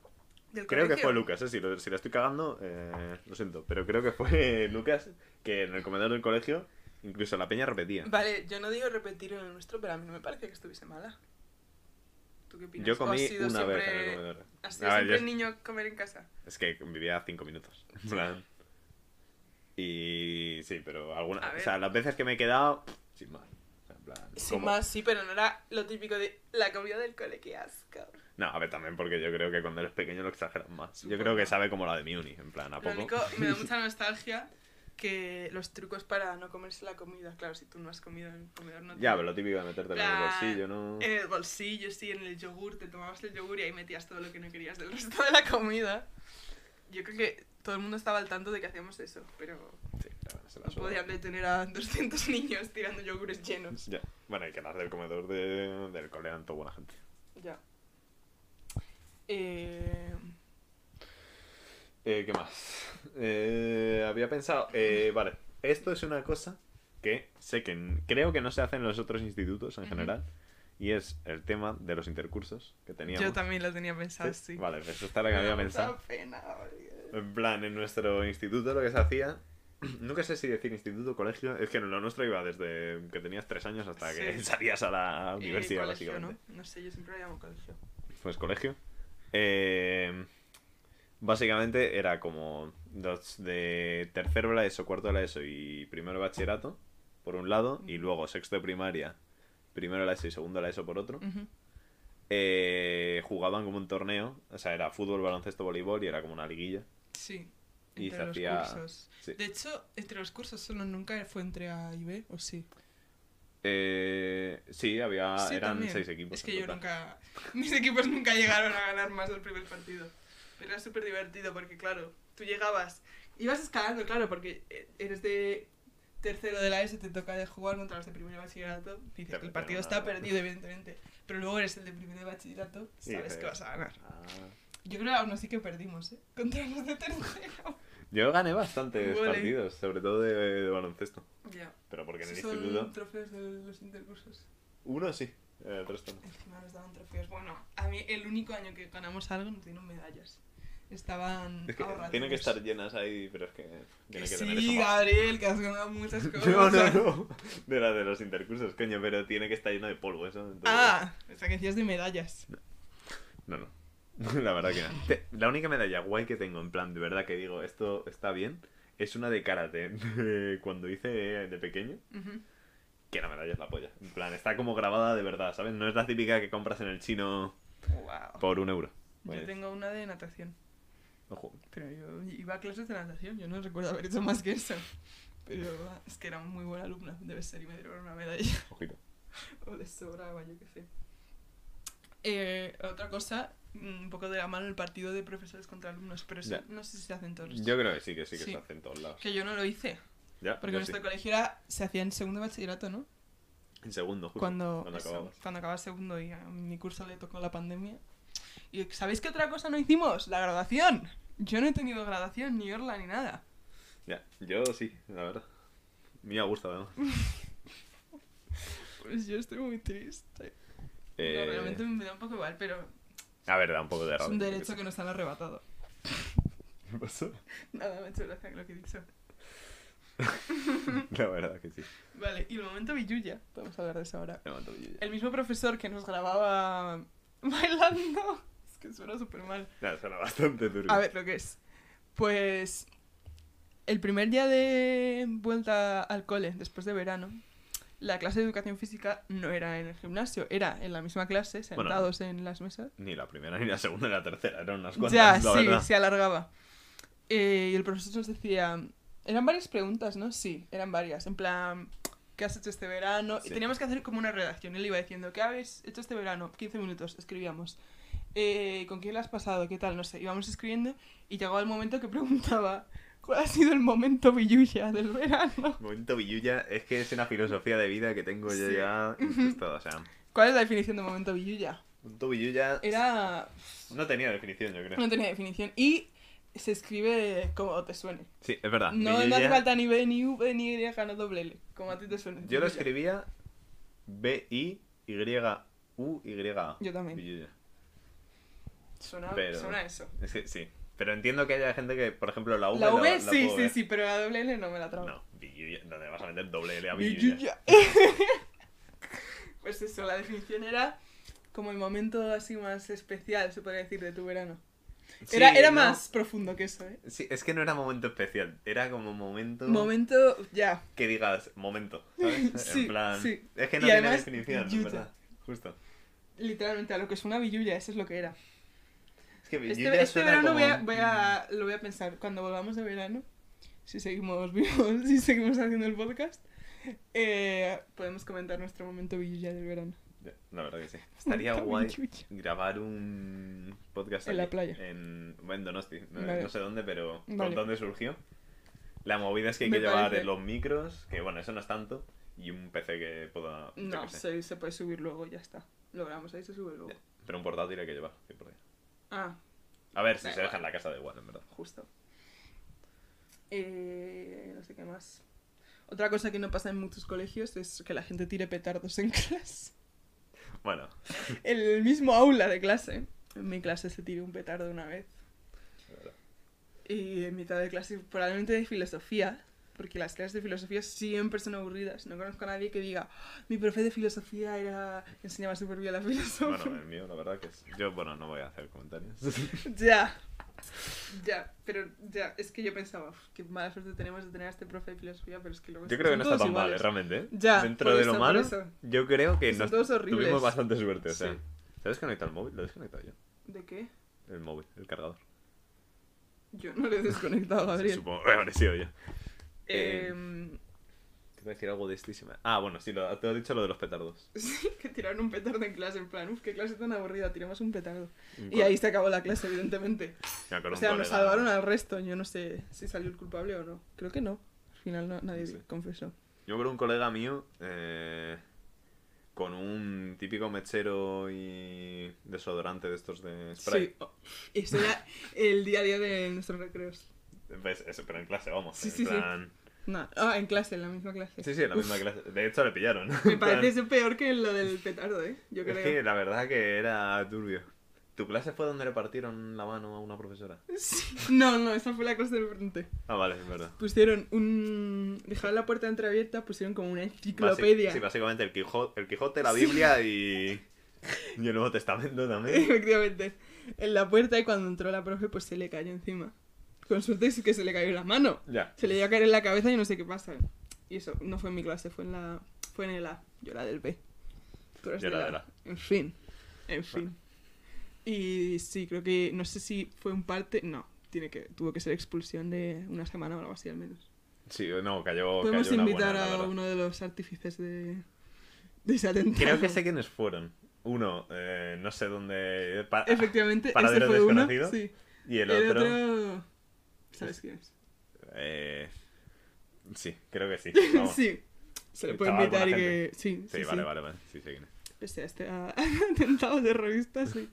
Del
Creo que
colegio.
fue Lucas, eh, si, lo, si la estoy cagando, eh, lo siento. Pero creo que fue Lucas que en el comedor del colegio incluso la peña repetía.
Vale, yo no digo repetir en el nuestro, pero a mí no me parece que estuviese mala. ¿Tú qué opinas?
Yo
¿O has
comí
sido
una vez en
siempre-
el comedor. Ah,
¿Has sido
A ver,
siempre
yo-
niño a comer en casa?
Es que vivía cinco minutos. en plan. Y sí, pero
A
algunas. O
ver.
sea, las veces que me he quedado, sin más. O sea, en plan,
Sin
como-
más, sí, pero no era lo típico de la comida del colegio, qué asco.
No, a ver, también porque yo creo que cuando eres pequeño lo exageran más. Yo
Supongo.
creo que sabe como la de mi uni, en plan, ¿a
Lo
poco?
único, me da mucha nostalgia que los trucos para no comerse la comida, claro, si tú no has comido en el comedor no te-
Ya, pero lo típico de meterte en el
Plan, eh,
bolsillo, ¿no?
En el bolsillo, sí, en el yogur, te tomabas el yogur y ahí metías todo lo que no querías del resto de la comida. Yo creo que todo el mundo estaba al tanto de que hacíamos eso, pero
Sí, claro, no se la
no
suda.
podían detener a 200 niños tirando yogures llenos.
Ya. Bueno, y que las del comedor de... del cole eran toda buena gente.
Ya. Eh,
Eh, ¿Qué más? Eh, había pensado... eh, vale, esto es una cosa que sé que n- creo que no se hace en los otros institutos en
Ujú.
general. Y es el tema de los intercursos que teníamos.
yo también lo tenía pensado, sí.
Vale, pues eso está la que había
Me da
pensado.
mucha pena, porque-
En plan, en nuestro instituto lo que se hacía. Nunca sé si decir instituto, colegio. Es que en lo nuestro iba desde que tenías tres años hasta que
Sí.
salías a la
Eh,
universidad,
colegio,
básicamente.
¿no? No sé, yo siempre lo llamo colegio.
Pues colegio. Eh, básicamente era como los de tercero de la ESO, cuarto de la ESO y primero de bachillerato, por un lado, y luego sexto de primaria, primero de la ESO y segundo de la ESO por otro.
Mm.
Eh, jugaban como un torneo, o sea, era fútbol, baloncesto, voleibol y era como una liguilla.
Sí.
Y
entre
se
los
hacía-
cursos.
sí.
De hecho, entre los cursos solo nunca fue entre A y B, ¿o sí?
Eh, sí, había,
Sí,
eran
también.
seis equipos.
Es que
en
yo
total.
nunca. Mis equipos nunca llegaron a ganar más del primer partido. Pero era súper divertido porque, claro, tú llegabas. Ibas escalando, claro, porque eh, e, eres de tercero de la S te toca de jugar contra los de primero de bachillerato, dices
Te
que el
meten
partido
una-
está perdido, evidentemente. Pero luego eres el de primero de bachillerato,
Sí,
sabes
sí.
que vas a ganar.
Ah.
Yo creo que aún así que perdimos, ¿eh? Contra los de tercero.
Yo gané bastantes
Vale.
partidos, sobre todo de, de baloncesto.
Ya.
Pero porque en el
Esos
instituto.
son trofeos de los intercursos.
Uno sí, eh, el resto no.
Encima nos daban trofeos. Bueno, a mí el único año que ganamos algo nos dieron medallas. Estaban
Es que
ahorrativos.
tienen que estar llenas ahí, pero es que
Que
tiene que tener
sí,
eso más.
Gabriel, que has ganado muchas cosas.
No, no, no. De la de los intercursos, coño, pero tiene que estar lleno de polvo eso. entonces-
Ah, o sea, que decías de medallas.
No, no. La verdad que no. Te- La única medalla guay que tengo, en plan, de verdad que digo, esto está bien, es una de karate. de Cuando hice de pequeño,
Ujú.
que la medalla es la polla. En plan, está como grabada de verdad, ¿sabes? No es la típica que compras en el chino
Wow.
por un euro. Pues,
Yo tengo una de natación.
ojo.
Pero yo iba a clases de natación, yo no recuerdo haber hecho más que eso. Pero ah, es que era muy buena alumna, debe ser, y me dieron una medalla.
Ojito.
O de sobraba, yo qué sé. Eh, otra cosa, mm, un poco de la mano el partido de profesores contra alumnos, pero eso
Ya.
no sé si se hace en todos los-
Yo creo que sí, que sí, que
Sí.
se hace en todos lados.
Que yo no lo hice,
Ya,
porque
yo
nuestro
sí.
colegio era, se hacía en segundo de bachillerato, ¿no?
En segundo, justo.
cuando, eso,
acabamos.
cuando acababa segundo y a mi curso le tocó la pandemia. ¿Y sabéis qué otra cosa no hicimos? La graduación. Yo no he tenido graduación, ni orla, ni nada.
Ya, yo sí, la verdad. Me ha gustado, ¿no?
Pues yo estoy muy triste.
Eh,
No, realmente me da un poco igual, pero
A ver, da un poco de
es
rabia.
un
yo qué
derecho
sé.
que nos han arrebatado.
¿Qué pasó?
Nada, me ha hecho gracia lo que he dicho.
La verdad que sí.
Vale, y el momento Villuya. Vamos a hablar de eso ahora.
Me mato yo ya.
El mismo profesor que nos grababa bailando. Es que suena súper mal.
Nada, suena bastante turbio.
A ver lo que es. Pues el primer día de vuelta al cole, después de verano, la clase de educación física no era en el gimnasio, era en la misma clase,
Bueno.
sentados en las mesas.
Ni la primera, ni la segunda, ni la tercera. Eran unas cuantas,
Ya,
la
sí,
verdad.
se alargaba. Eh, y el profesor nos decía, eran varias preguntas, ¿no? Sí, eran varias. En plan, ¿qué has hecho este verano? Y
Sí.
teníamos que hacer como una redacción. Él iba diciendo, ¿qué habéis hecho este verano? 15 minutos, escribíamos. Eh, ¿Con quién lo has pasado? ¿Qué tal? No sé. Íbamos escribiendo y llegaba el momento que preguntaba, ¿cuál ha sido el momento billuya del verano?
Momento Villuya es que es una filosofía de vida que tengo yo
Sí.
ya incrustada. O sea,
¿Cuál es la definición de momento billuya?
Momento Villuya
Era...
no tenía definición, yo creo.
No tenía definición. Y se escribe como te suene.
Sí, es verdad.
No, no hace
Villuya-
falta ni B, ni V, ni Y, no doble L. Como a ti te suena.
Yo lo
Ya.
escribía B-I-Y-U-Y-A.
Yo también.
Villuya.
Suena,
Pero-
suena eso.
Es que sí. Pero entiendo que haya gente que, por ejemplo, la V.
La V
la
sí,
puedo
sí,
ver.
sí, pero la doble L no me la trago.
No, Villuya. No le vas a meter doble L a
Y
Villuya.
ya. pues eso, la definición era como el momento así más especial, se podría decir, de tu verano.
Sí,
era era
no.
más profundo que eso, ¿eh?
Sí, es que no era momento especial. Era como momento.
Momento, ya.
que digas momento, ¿sabes?
Sí,
en plan,
sí.
es que
Y
no tiene
además,
definición,
yuta.
¿verdad? Justo.
Literalmente, a lo que es una billulla, eso es lo que era.
Es que
Este,
Yuya
este
Pues, suena
verano
como-
voy a, voy a- lo voy a pensar. Cuando volvamos de verano, si seguimos vivos, si seguimos haciendo el podcast, eh, podemos comentar nuestro momento billulla del verano.
Ya, La verdad que sí. Estaría
Momento
guay
billulla.
grabar un podcast
En la
aquí,
playa.
En, en Donosti. No,
Vale.
no sé dónde, pero
Vale.
por dónde surgió. La movida es que hay
Me
que llevar
parece.
los micros, que bueno, eso no es tanto, y un PC que pueda... yo
No,
qué sé.
se, se puede subir luego, ya está. Lo grabamos ahí, se sube luego.
Pero un portátil hay que llevar. 100%.
Ah,
A ver, si
Da
se
igual.
deja en la casa da igual, en verdad.
justo. Eh, no sé qué más. Otra cosa que no pasa en muchos colegios es que la gente tire petardos en clase.
Bueno,
En el mismo aula de clase. En mi clase se tiró un petardo una vez.
la verdad.
Y en mitad de clase, probablemente de filosofía, porque las clases de filosofía siempre son aburridas. No conozco a nadie que diga, "Ah, mi profe de filosofía era enseñaba súper bien la filosofía.
bueno, el mío, la verdad que es... Yo, bueno, no voy a hacer comentarios.
Ya. Ya, pero ya, es que yo pensaba, "Uf, qué mala suerte tenemos de tener a este profe de filosofía, pero es que luego
Yo
son
creo que no está
todos
tan mal, eh,
iguales.
realmente. ¿eh?
Ya,
Dentro
por
de
eso,
lo
por
malo,
eso.
yo creo que
Son
nos
todos horribles.
tuvimos bastante suerte. O sea,
Sí.
¿sabes conectar el móvil? Lo he desconectado yo.
¿De qué?
El móvil, el cargador.
Yo no le he desconectado a Gabriel.
Supongo que habré sido yo.
Eh,
Te voy a decir algo de esto y se me- Ah, bueno, sí, lo- te he dicho lo de los petardos.
sí, que tiraron un petardo en clase, en plan, uff, qué clase tan aburrida, tiramos un petardo.
Un
Y ahí se acabó la clase, evidentemente.
Me acuerdo
O
un
sea, nos
colega-
salvaron al resto. Yo no sé si salió el culpable o no. Creo que no. Al final no- nadie
Sí.
confesó.
Yo creo un colega mío eh, con un típico mechero y desodorante de estos de spray.
Sí. oh, Eso era el día a día de nuestros recreos.
Pues eso, pero en clase, vamos.
Sí,
en
sí, sí.
plan-
No, ah, en clase, en la misma clase.
sí. sí, en la misma clase. De hecho, le
Me
pillaron. En plan,
parece eso peor que lo del petardo, ¿eh? Yo
Es que
creo.
la verdad que era turbio. ¿Tu clase fue donde le partieron la mano a una profesora?
Sí. No, no, esa fue la clase del frente.
Ah, vale, es verdad.
Pusieron un... Dejaron la puerta entreabierta, pusieron como una
Basi-
enciclopedia.
Sí, básicamente el Quijote, el Quijote la Biblia y... y el Nuevo Testamento también.
Efectivamente. En la puerta y cuando entró la profe, pues se le cayó encima. Con suerte es que se le cayó la mano.
Ya.
Se le dio a caer en la cabeza y no sé qué pasa. Y eso, no fue en mi clase, fue en la fue en el A. Yo era del B. Tú eras
Yo era
del
del
A.
A.
En fin. En fin. Y sí, creo que no sé si fue un parte, no, tiene que tuvo que ser expulsión de una semana o algo así al menos.
Sí, no, cayó,
Podemos
cayó una
invitar
buena, la
a
verdad.
uno de los artífices de de ese atentado.
Creo que sé quiénes fueron. Uno, eh, no sé dónde... pa-
Efectivamente, ese
Paradero
fue uno.
desconocido.
Sí.
Y el,
El
otro...
otro ¿sabes quién es?
eh, Sí, creo que sí. vamos. Sí,
Sí. Se le
Sí,
puede
estaba
invitar y
alguna
que. Sí, sí,
vale,
sí.
vale, vale. Sí, sé quién es.
Pese a este a- atentado terrorista, sí.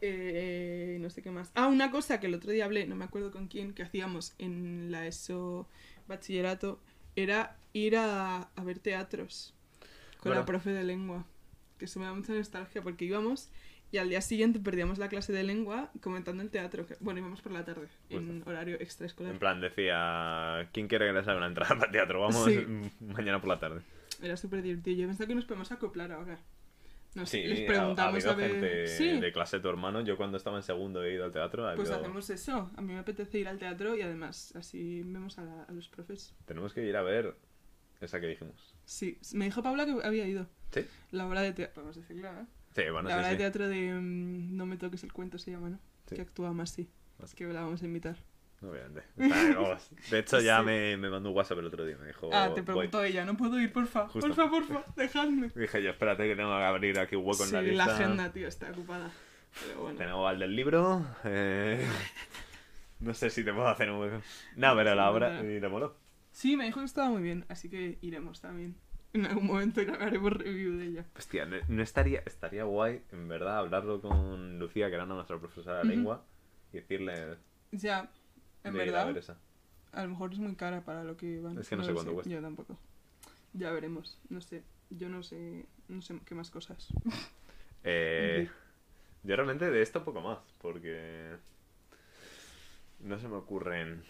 Eh, no sé qué más. Ah, una cosa que el otro día hablé, no me acuerdo con quién, que hacíamos en la ESO bachillerato, era ir a, a ver teatros con la
Bueno.
profe de lengua. Que eso me da mucha nostalgia porque íbamos y al día siguiente perdíamos la clase de lengua comentando el teatro. que- bueno, íbamos por la tarde, en horario extraescolar.
Pues En plan, decía... ¿Quién quiere que le salga una entrada para el teatro? Vamos
Sí.
mañana por la tarde.
Era súper divertido. Yo pensaba que nos podemos acoplar ahora. Nos,
Sí,
les
ha- ha,
preguntamos
habido
a ver.
gente
sí,
de clase de tu hermano. Yo cuando estaba en segundo he ido al teatro. ha
pues
habido-
hacemos eso. A mí me apetece ir al teatro y además así vemos a, la- a los profes.
Tenemos que ir a ver esa que dijimos.
Sí, me dijo Paula que había ido.
¿Sí?
La obra de teatro. Podemos decirlo, ¿eh?
Sí, bueno,
la obra
sí,
de
sí.
teatro de mm, No me toques el cuento se llama, ¿no?
Sí.
Que actúa más, sí.
Masi.
Que la vamos a invitar.
Obviamente. Vale, vamos. De hecho, ya
Sí.
me, me mandó un WhatsApp el otro día. Me dijo...
ah, te
"Voy".
preguntó ella, no puedo ir, porfa.
Oh, Justo.
Porfa, porfa, dejadme.
Dije yo, espérate que tengo que abrir aquí hueco en
Sí,
la
la,
lista.
agenda, tío, está ocupada. Pero bueno.
Tenemos al del libro. eh, No sé si te puedo hacer un hueco. No, pero la
Sí,
obra...
verdad.
Y te moló.
Sí, me dijo que estaba muy bien, así que iremos también. En algún momento haremos review de ella.
Hostia, no, no estaría, estaría guay, en verdad, hablarlo con Lucía, que era nuestra profesora de
Ujú.
lengua, y decirle
Ya, en
de ir a ver
verdad,
esa.
a lo mejor es muy cara para lo que van.
Es que no sé
lo
cuánto cuesta.
Yo tampoco. Ya veremos, no sé. Yo no sé, no sé qué más cosas.
Eh, yo realmente de esto poco más, porque no se me ocurren,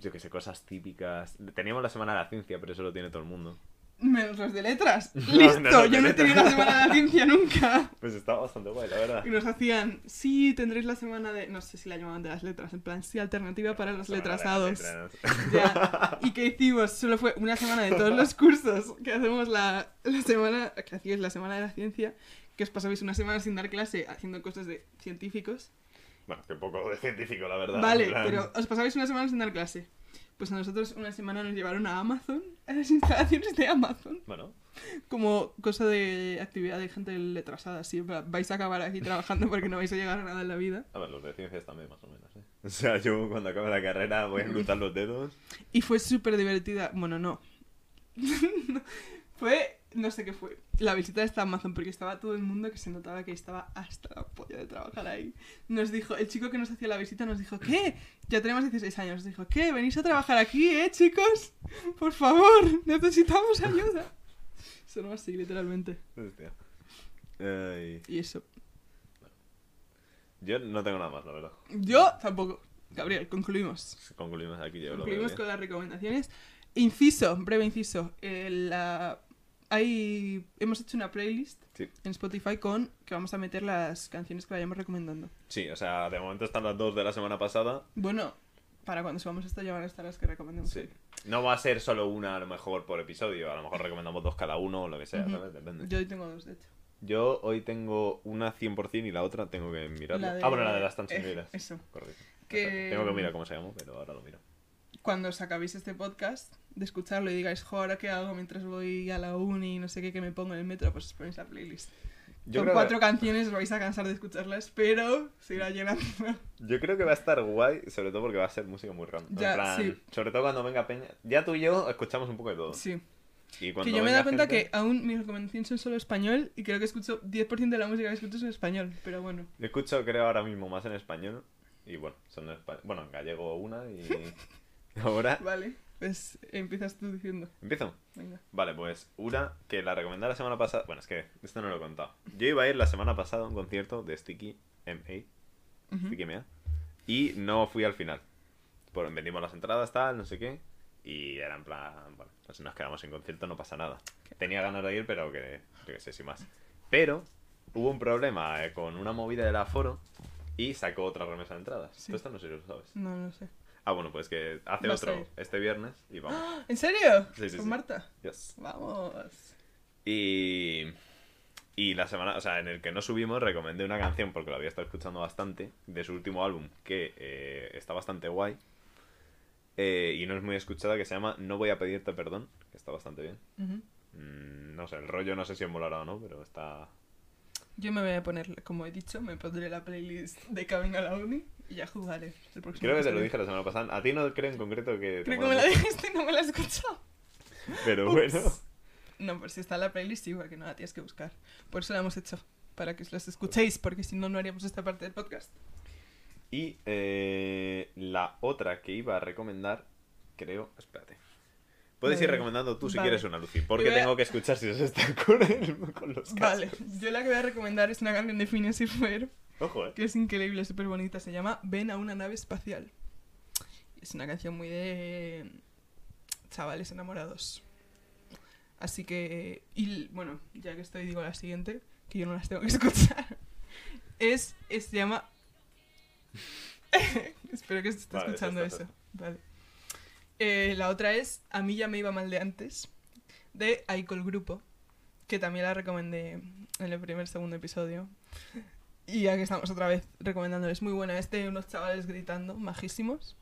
yo que sé, cosas típicas. Teníamos la Semana de la Ciencia, pero eso lo tiene todo el mundo.
Menos las de letras.
No,
Listo,
no, no,
yo
de
no he tenido la
letras.
semana de la ciencia nunca.
Pues estaba bastante guay, la verdad.
Y nos hacían, sí, tendréis la semana de. No sé si la llamaban de las letras, en plan, sí, alternativa para los
Semana de las
letrasados.
letras.
Ya. ¿Y qué hicimos? Solo fue una semana de todos los cursos que hacemos la, la semana, que hacíais la semana de la ciencia, que os pasabais una semana sin dar clase haciendo cosas de científicos.
Bueno, que poco de científico, la verdad.
Vale,
en plan,
pero os pasabais una semana sin dar clase. Pues a nosotros una semana nos llevaron a Amazon, a las instalaciones de Amazon,
Bueno,
como cosa de actividad de gente letrasada, así, en plan, vais a acabar aquí trabajando porque no vais a llegar a nada en la vida.
a ver, los de ciencias también, más o menos, ¿eh? O sea, yo cuando acabe la carrera voy a cruzar los dedos.
Y fue súper divertida. Bueno, no. fue, no sé qué fue, la visita de esta Amazon, porque estaba todo el mundo que se notaba que estaba hasta la polla de trabajar ahí. Nos dijo, el chico que nos hacía la visita nos dijo, ¿qué? Ya tenemos 16 años. Nos dijo, ¿qué? ¿Venís a trabajar aquí, eh, chicos? Por favor, necesitamos ayuda. Sonó así, literalmente.
Hostia. Ay,
Y eso.
yo no tengo nada más, la verdad.
Yo tampoco. Gabriel, concluimos.
Concluimos aquí, yo lo
Concluimos
veo
con las recomendaciones. Inciso, breve inciso. Eh, la- hay- hemos hecho una playlist
Sí.
en Spotify con que vamos a meter las canciones que vayamos recomendando.
bien. Sí, o sea, de momento están las dos de la semana pasada.
Bueno, para cuando subamos esto ya van a estar las que recomendemos.
Sí. No va a ser solo una, a lo mejor, por episodio. A lo mejor recomendamos dos cada uno o lo que sea,
Ujú.
¿sabes? Depende.
Yo
Yo...
hoy tengo dos, de hecho.
hoy tengo una 100% y la otra tengo que mirarla.
La de-
Ah, bueno, la de las tan
eh,
señoras.
eso.
Correcto.
Que-
Exacto. Tengo que mirar cómo se llama, pero ahora lo miro.
Cuando os acabéis este podcast, de escucharlo y digáis, jo, ahora qué hago mientras voy a la uni, no sé qué, que me pongo en el metro, pues os ponéis la playlist.
Yo
Con
creo,
cuatro
que,
canciones os vais a cansar de escucharlas, pero se irá llenando.
yo creo que va a estar guay, sobre todo porque va a ser música muy random. En
Ya,
plan,
sí.
Sobre todo cuando venga Peña. Ya tú y yo escuchamos un poco de todo.
Sí.
Y
Que
cuando
yo me he
venga
dado cuenta
gente-
que aún mis recomendaciones son solo español y creo que escucho 10% de la música que escucho es en español, pero bueno.
Yo escucho, creo, ahora mismo más en español. Y bueno, son en espa- Bueno, en gallego una y. Ahora.
Vale, pues empiezas tú diciendo.
¿Empiezo?
Venga.
Vale, pues una que la recomendé la semana pasada. Bueno, es que esto no lo he contado. Yo iba a ir la semana pasada a un concierto de Sticky MA.
Ujú.
Sticky MA. Y no fui al final. Por, vendimos las entradas, tal, no sé qué. Y era en plan, bueno, pues nos quedamos sin concierto, no pasa nada. Tenía ganas de ir, pero que, yo qué sé, sin más. Pero hubo un problema eh, con una movida del aforo y sacó otra remesa de entradas.
Sí.
Tú esto no sé si lo sabes.
No, no sé.
Ah, bueno, pues que hace
Vas a
otro
ir.
este viernes y vamos.
¿En serio?
Sí, sí,
Con
sí.
Marta.
Yes.
Vamos.
Y, y la semana, o sea, en el que no subimos, recomendé una canción porque la había estado escuchando bastante de su último álbum que eh, está bastante guay eh, y no es muy escuchada que se llama No voy a pedirte perdón, que está bastante bien.
Ujú.
Mm, no sé, el rollo no sé si es molará o no, pero está.
Yo me voy a poner, como he dicho, me pondré la playlist de Camino a la Uni y ya jugaré. El próximo
Creo que te lo
episodio.
dije la semana pasada. A ti no creo en concreto que. te
Creo que
mola
me la
mucho,
dijiste y no me la he escuchado. Ups.
Pero bueno.
No, pero si está en la playlist, igual que no la tienes que buscar. Por eso la hemos hecho, para que os las escuchéis, porque si no, no haríamos esta parte del podcast.
Y eh, la otra que iba a recomendar, creo. Espérate. Puedes ir
Vale.
recomendando tú
Eh,
si
Vale.
quieres una, Lucy. Porque
voy a-
tengo que escuchar si se está con, el- con los cascos.
Vale, yo la que voy a recomendar es una canción de Phineas y Ferb,
Ojo, eh.
que es increíble, súper bonita. Se llama Ven a una nave espacial. Es una canción muy de chavales enamorados. Así que, y l- bueno, ya que estoy, digo la siguiente, que yo no las tengo que escuchar. Es, es- se llama... Espero que se esté
Vale, eso
escuchando
está
eso. Vale. Eh, la otra es A mí ya me iba mal de antes, de Aicol Grupo, que también la recomendé en el primer, segundo episodio. Y ya que estamos otra vez recomendándoles, muy buena. Este, unos chavales gritando, majísimos.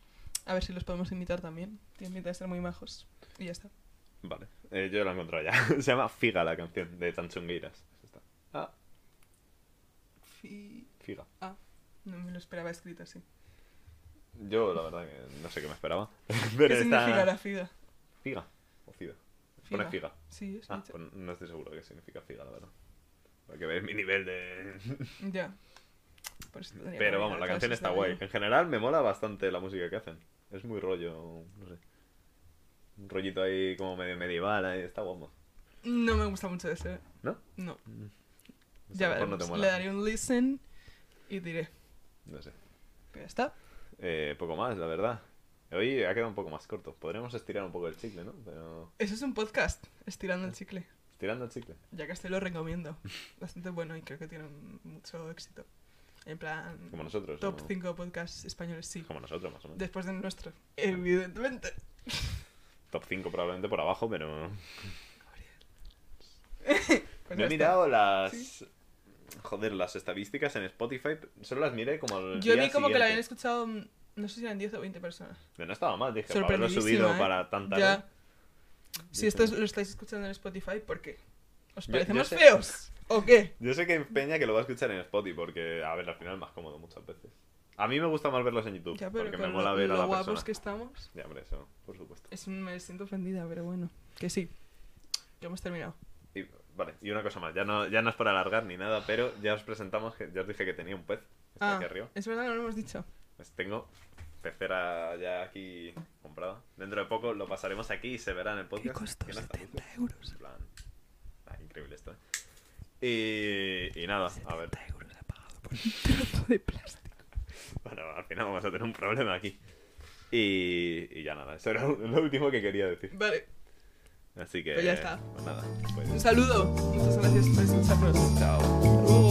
A ver si los podemos invitar también. Tienen pinta de ser muy majos. Y ya está.
Vale. Eh, yo la he encontrado ya. se llama Figa la canción de Tanchungueiras. Eso está. Ah,
Fi-
Figa.
No me lo esperaba escrito así.
Yo, la verdad, que no sé qué me esperaba.
¿Qué
Pero está.
significa la fida?
Figa. O Fida. Pone
Figa.
Figa.
Sí, es
Ah, pues no estoy seguro qué significa Figa, la verdad. Para que veáis mi nivel de.
Ya. Por eso tenía que
Pero vamos,
mirar
la
todas
canción
esas
está
de
guay.
ahí.
En general me mola bastante la música que hacen. Es muy rollo, no sé. Un rollito ahí como medio medieval, ahí está guapo.
No me gusta mucho ese.
¿No?
No.
O sea,
ya
a lo
veremos.
mejor no te mola.
Le daré un listen y diré.
No sé.
Pero ya está.
Eh, poco más, la verdad. Hoy ha quedado un poco más corto. Podríamos estirar un poco el chicle, ¿no? Pero...
Eso es un podcast, estirando el chicle.
Estirando el chicle.
Ya que estoy lo recomiendo. Bastante bueno y creo que tiene mucho éxito. En plan,
Como nosotros.
top
¿no?
5 podcasts españoles, sí.
Como nosotros, más o menos.
Después del nuestro, evidentemente.
Top 5 probablemente por abajo, pero...
Pues
Me
ya
he
está.
mirado las... Joder, las estadísticas en Spotify. Solo las miré como el
Yo
día
vi como que la habían
siguiente.
escuchado, mm, no sé si eran 10 o 20 personas.
No estaba mal, dije. Para haberlo subido
¿eh?
para tanta...
Ya. Si esto es-
Dije,
lo estáis escuchando en Spotify, ¿por qué? ¿Os
Yo-
parecemos
yo sé-
feos? ¿O qué?
Yo sé que hay Peña que lo va a escuchar en Spotify porque, a ver, al final es más cómodo muchas veces. A mí me gusta más verlos en YouTube
Ya, pero
porque me
con
mola
lo,
ver a
lo
la
guapos
persona.
que estamos,
Ya, hombre, eso, por supuesto.
es, un- me siento ofendida, pero bueno, que sí. Ya hemos terminado.
Y, vale, y una cosa más, ya no, ya no es para alargar ni nada, pero ya os presentamos, que ya os dije que tenía un pez, este que está
Ah,
aquí arriba.
es verdad, no lo hemos dicho.
Pues tengo pecera ya aquí comprada. Dentro de poco lo pasaremos aquí y se verá en el podcast.
¿Qué costó?
que no está mucho.
70 euros.
En plan, ah, increíble esto, ¿eh? Y, y nada, a ver.
70 euros he pagado por un trozo de plástico.
Bueno, al final vamos a tener un problema aquí. Y, y ya nada, eso era lo último que quería decir.
Vale,
Así que.
Pues ya está.
pues nada,
un
pues.
saludo. Muchas gracias por escucharnos.
Chao.
Hasta luego.